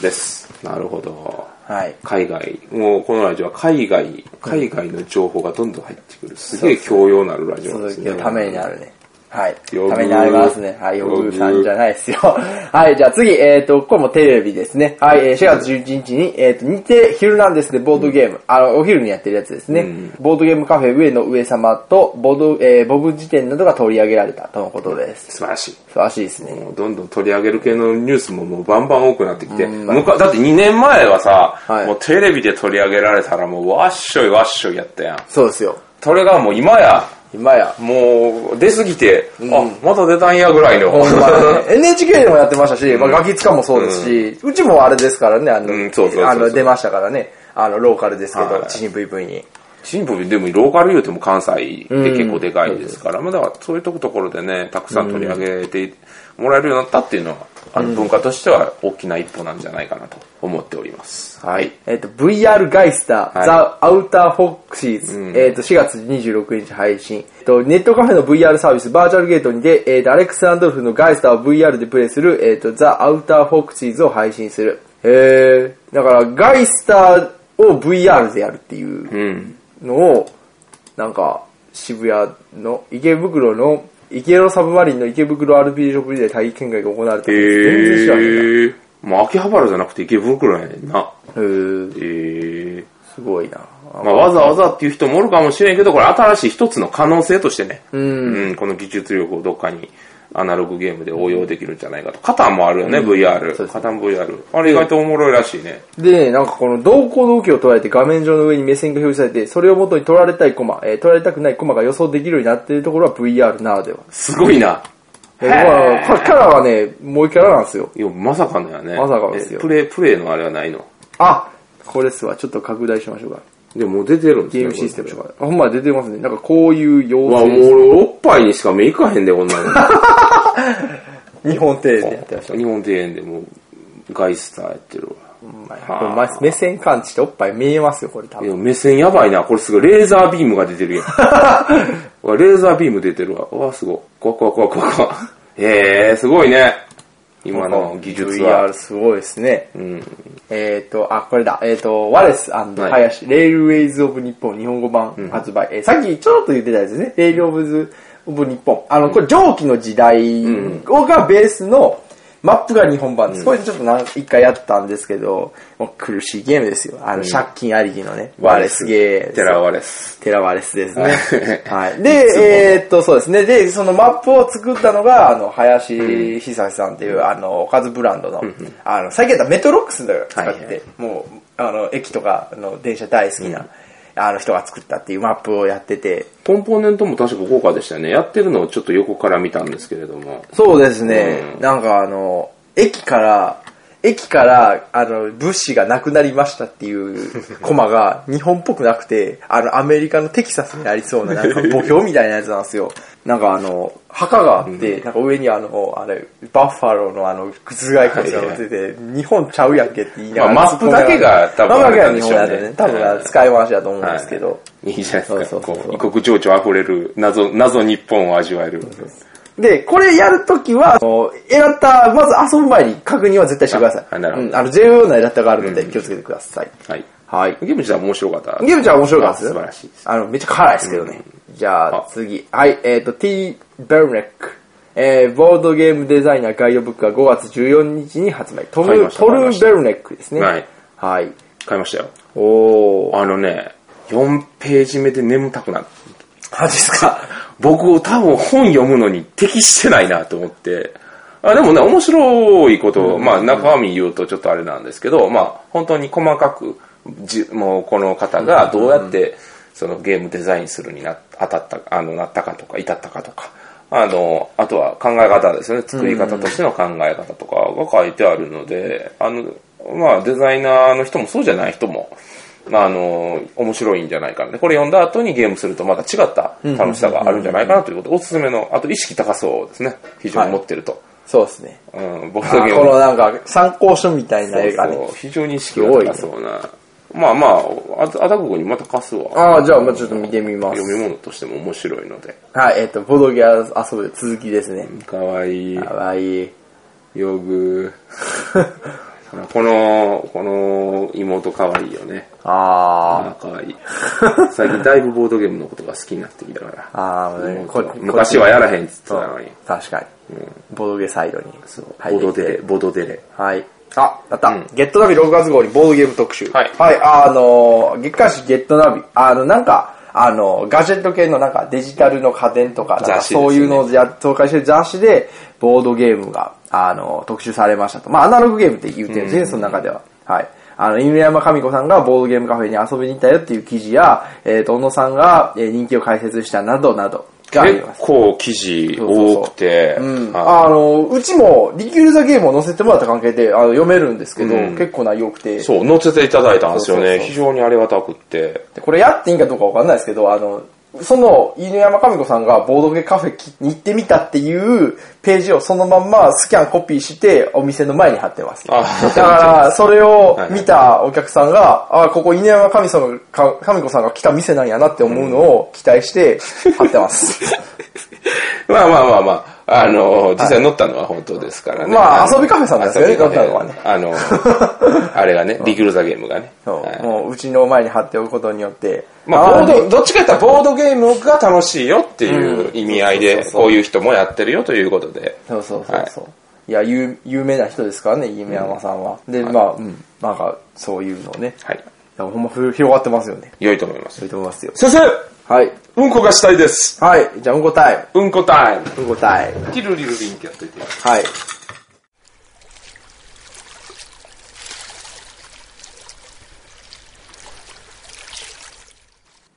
Speaker 2: です、なるほど
Speaker 3: はい。
Speaker 2: 海外もうこのラジオは海外海外の情報がどんどん入ってくるすげえ教養のあるラジ
Speaker 3: そ
Speaker 2: オ
Speaker 3: の
Speaker 2: です
Speaker 3: 時
Speaker 2: ね
Speaker 3: のためになるね。はい。
Speaker 2: よぐー
Speaker 3: ためになりますね。はい、
Speaker 2: よ
Speaker 3: ヨ
Speaker 2: ぐー
Speaker 3: グーさんじゃないですよ。 はい、じゃあ次、えっ、と、これもテレビですね。はい、えー4月11日に、えっ、と、日テレヒルナンデスでボードゲーム、あの、お昼にやってるやつですね。ボードゲームカフェ上の上様と、ボード、えーボブ辞典などが取り上げられたとのことです。
Speaker 2: 素晴らしい
Speaker 3: 素晴らしいですね。
Speaker 2: もうどんどん取り上げる系のニュースももうバンバン多くなってきて、むかだって2年前はさ、
Speaker 3: はい
Speaker 2: もうテレビで取り上げられたらもうわっしょいわっしょいやったやん
Speaker 3: そうですよ。
Speaker 2: それがもう今や
Speaker 3: 今や。
Speaker 2: もう出過ぎて、あまた出たんやぐらいの
Speaker 3: ほんまね NHK でもやってましたし、まあ、ガキ使もそうですし、うちもあれですからね、あの、
Speaker 2: うんそうそうそうそう
Speaker 3: あの出ましたからね、あの、ローカルですけど
Speaker 2: は、い
Speaker 3: チニブイブイに。
Speaker 2: シンプルでもローカル言うても関西で結構でかいですから、まあだからそういうとこところでね、たくさん取り上げてもらえるようになったっていうのは、あの文化としては大きな一歩なんじゃないかなと思っております。はい。
Speaker 3: えっ、と、VR ガイスター、
Speaker 2: はい
Speaker 3: ザ・アウター・フォックシーズ、えっ、と、4月26日配信。えっと、ネットカフェの VR サービス、バーチャルゲートにて、えっ、と、アレックス・アンドルフのガイスターを VR でプレイする、えっ、と、ザ・アウター・フォックシーズを配信する。えー、だから、ガイスターを VR でやるっていう
Speaker 2: うん。
Speaker 3: のを、なんか、渋谷の、池袋の、池ロサブマリンの池袋 RPG ショップで体験会が行われて
Speaker 2: へ
Speaker 3: るんです。全然知らへんな
Speaker 2: え。まあ秋葉原じゃなくて池袋やねんな。
Speaker 3: へー。
Speaker 2: へえ。
Speaker 3: すごいな。
Speaker 2: まあわざわざっていう人もおるかもしれんけど、これ新しい一つの可能性としてね、うんこの技術力をどっかにアナログゲームで応用できるんじゃないかと。カタンもあるよね、VR。
Speaker 3: そうですね
Speaker 2: カタン VR。あれ意外とおもろいらしいね。
Speaker 3: で、なんかこの動向動機を捉えて画面上の上に目線が表示されて、それを元に取られたいコマ、えー取られたくないコマが予想できるようになっているところは VR ならでは。
Speaker 2: すごいな。
Speaker 3: でまあ、これキャラはね、もう一キャラなんですよ。
Speaker 2: いや、まさかのやね。
Speaker 3: まさかです
Speaker 2: え
Speaker 3: よ
Speaker 2: プレイ、プレイのあれはないの。
Speaker 3: あこれっすわ。ちょっと拡大しましょうか。
Speaker 2: でももう出てるんですね
Speaker 3: ゲームシステムとか。あほんま出てますね。なんかこういう
Speaker 2: これわ、も
Speaker 3: 妖
Speaker 2: う俺、おっぱいにしか目いかへんで、こんなの。
Speaker 3: 精。日本庭園でやってました。
Speaker 2: 日本庭園でもう、ガイスターやってるわ。
Speaker 3: これま目線感知っておっぱい見えますよ、これ多
Speaker 2: い
Speaker 3: 分。
Speaker 2: や、目線やばいな。これすごい、レーザービームが出てるやん。 うわレーザービーム出てるわ。うわ、すごい。怖っ怖っ怖っ怖っ怖っへえ、すごいね。今の技術
Speaker 3: VR
Speaker 2: は。
Speaker 3: すごいですね。
Speaker 2: うん。
Speaker 3: えっ、と、あ、これだ。えっ、と、ワレス林、レールウェイズ・オブ・日本日本語版発売。えーさっきちょろっと言ってたやつですね。レール・オブ・ズ・オブ・日本。あの、これ蒸気の時代をがベースのマップが日本版です。これちょっと何一回やったんですけど、もう苦しいゲームですよ。あの、借金ありきのね、ワレスゲーです
Speaker 2: テ
Speaker 3: よ。
Speaker 2: ラワレス。
Speaker 3: テラワレスです ね。
Speaker 2: は
Speaker 3: はい。で、えーっと、そうですね。で、そのマップを作ったのが、あの、林久志さんっていう、あの、おかずブランドの、あの、最近やったメトロックスだよ使って、
Speaker 2: はいはい
Speaker 3: もう、あの、駅とか、あの、電車大好きな、あの人が作ったっていうマップをやってて、
Speaker 2: コンポーネントも確か豪華でしたね。やってるのをちょっと横から見たんですけれども。
Speaker 3: そうですね、なんかあの、駅から、駅から、あの、物資がなくなりましたっ ていうコマが日本っぽくなくて、あの、アメリカのテキサスにありそうな、なんか墓標みたいなやつなんで すよ。なんかあの、墓があって、なんか上にあの、あれ、バッファローのあの、靴外骨が乗ってて、日本ちゃうやんけって言いながら。
Speaker 2: まあマップだけが多分
Speaker 3: マップだけ
Speaker 2: あれな
Speaker 3: が
Speaker 2: んで
Speaker 3: 日
Speaker 2: し
Speaker 3: 本
Speaker 2: ょうね
Speaker 3: なんでね。多分使い回しだと思うん
Speaker 2: はい
Speaker 3: ですけど。
Speaker 2: いいじゃないです
Speaker 3: そ
Speaker 2: か。
Speaker 3: うそうそう
Speaker 2: こう異国情緒あふれる謎、謎日本を味わえる。
Speaker 3: で、これやるときは、あのエラッタ、まず遊ぶ前に確認は絶対してください。
Speaker 2: ああなるほど
Speaker 3: うんあの、重要なエラッタがあるので気をつけてください。
Speaker 2: はい。
Speaker 3: はい。
Speaker 2: ゲーム自体は面白かった。
Speaker 3: ゲームちゃん面白かったです
Speaker 2: あ素晴らしいです。
Speaker 3: あの、めっちゃ辛いですけどね。じゃあ
Speaker 2: あ、
Speaker 3: 次。はい、えっ、と、T. ベルネック。えー、ボードゲームデザイナーガイドブックが5月14日に発売。ト
Speaker 2: 買い
Speaker 3: ム、
Speaker 2: ました
Speaker 3: トル・ベルネックですね。
Speaker 2: はい。
Speaker 3: はい。
Speaker 2: 買いましたよ。
Speaker 3: おー。
Speaker 2: あのね、4ページ目で眠たくなる。
Speaker 3: マジですか
Speaker 2: 僕を多分本読むのに適してないなと思って。あでもね、面白いこと、まあ中身言うとちょっとあれなんですけど、まあ本当に細かく、じもうこの方がどうやってそのゲームデザインするにな、当たった、あの、なったかとか、至ったかとか、あの、あとは考え方ですよね。作り方としての考え方とかが書いてあるので、あの、まあデザイナーの人もそうじゃない人も、まあ、あの、面白いんじゃないかな。でこれ読んだ後にゲームするとまた違った楽しさがあるんじゃないかなということで、おすすめの、あと意識高そうですね。非常に持ってると。
Speaker 3: そうですね。
Speaker 2: うん、僕
Speaker 3: あ
Speaker 2: だけ
Speaker 3: このなんか、参考書みたいな絵がね。
Speaker 2: 非常に意識が高そうな。まあまあ、あアタックにまた貸すわ。
Speaker 3: ああ、じゃあ、まあちょっと見てみます。
Speaker 2: 読み物としても面白いので。
Speaker 3: はい、えっ、と、ボードギア遊ぶ続きですね。
Speaker 2: かわいい
Speaker 3: か。わいい。
Speaker 2: 用具。 この、この妹かわいいよね。
Speaker 3: あ
Speaker 2: あかわいい。最近だいぶボードゲームのことが好きになってきたから。
Speaker 3: あー
Speaker 2: 妹
Speaker 3: ここ
Speaker 2: 昔はやらへんって言ってたのに。
Speaker 3: あ、確かに。ボードゲサイドに。
Speaker 2: そう
Speaker 3: 入っ
Speaker 2: ボド
Speaker 3: てきて
Speaker 2: デレ、ボドデレ。
Speaker 3: はい。あ、やった、ゲットナビ6月号にボードゲーム特集。
Speaker 2: はい
Speaker 3: はい、あのー、月刊誌ゲットナビ。あの、なんか、あの、ガジェット系のなんかデジタルの家電とか、なんか
Speaker 2: 雑誌ですね
Speaker 3: そういうのをや紹介してる雑誌で、ボードゲームが、あの、特集されましたと。まあ、アナログゲームって言うてるんですね、その中では。はい。あの、犬山神子さんがボードゲームカフェに遊びに行ったよっていう記事や、えっ、と、小野さんが、えー人気を解説したなどなどがあり
Speaker 2: 結
Speaker 3: ます。
Speaker 2: 構記事多くて、
Speaker 3: うん
Speaker 2: あ
Speaker 3: あの、うちも、リキュール・ザ・ゲームを載せてもらった関係で、あの、読めるんですけど、結構内容多くて、
Speaker 2: そう、載せていただいたんですよ
Speaker 3: そうそう
Speaker 2: ね。
Speaker 3: そう
Speaker 2: 非常にありがたくって。
Speaker 3: でこれやっていいんかどうかわかんないですけど、あの、その、犬山神子さんがボードゲカフェに行ってみたっていうページをそのまんまスキャンコピーして、お店の前に貼ってます。
Speaker 2: あ
Speaker 3: だから、それを見たお客さんが、あ、ここ犬山神さんが神子さんが来た店なんやなって思うのを期待して、貼ってます。
Speaker 2: まあまあまあまあ、あの、実際乗ったのは本当ですからね。
Speaker 3: まあ
Speaker 2: の
Speaker 3: 遊びカフェさんですよね
Speaker 2: 遊びカフェ
Speaker 3: 乗った
Speaker 2: あの、 あれがね、リキュールザゲームがね。
Speaker 3: そう
Speaker 2: はい
Speaker 3: もう、うちの前に貼っておくことによって、
Speaker 2: まあ、
Speaker 3: ー
Speaker 2: ボード、どっちかというとボードゲームが楽しいよっていう意味合い
Speaker 3: そう
Speaker 2: で
Speaker 3: そう、そう
Speaker 2: こういう人もやってるよということで。
Speaker 3: そうそうそうそう。い、や有、有名な人ですからね、夢山さんは。で、まあ、うん。なんか、そういうのね。
Speaker 2: はい。
Speaker 3: いやほんまふ広がってますよね。
Speaker 2: 良いと思います
Speaker 3: そ。ういうと思いますよ。
Speaker 2: 先生
Speaker 3: はい。
Speaker 2: うんこがしたいです
Speaker 3: はい。じゃあ、うんこタイ
Speaker 2: うんこタイム
Speaker 3: ム。うんこタイム。
Speaker 2: ティルリルリンってやっといて。
Speaker 3: はい。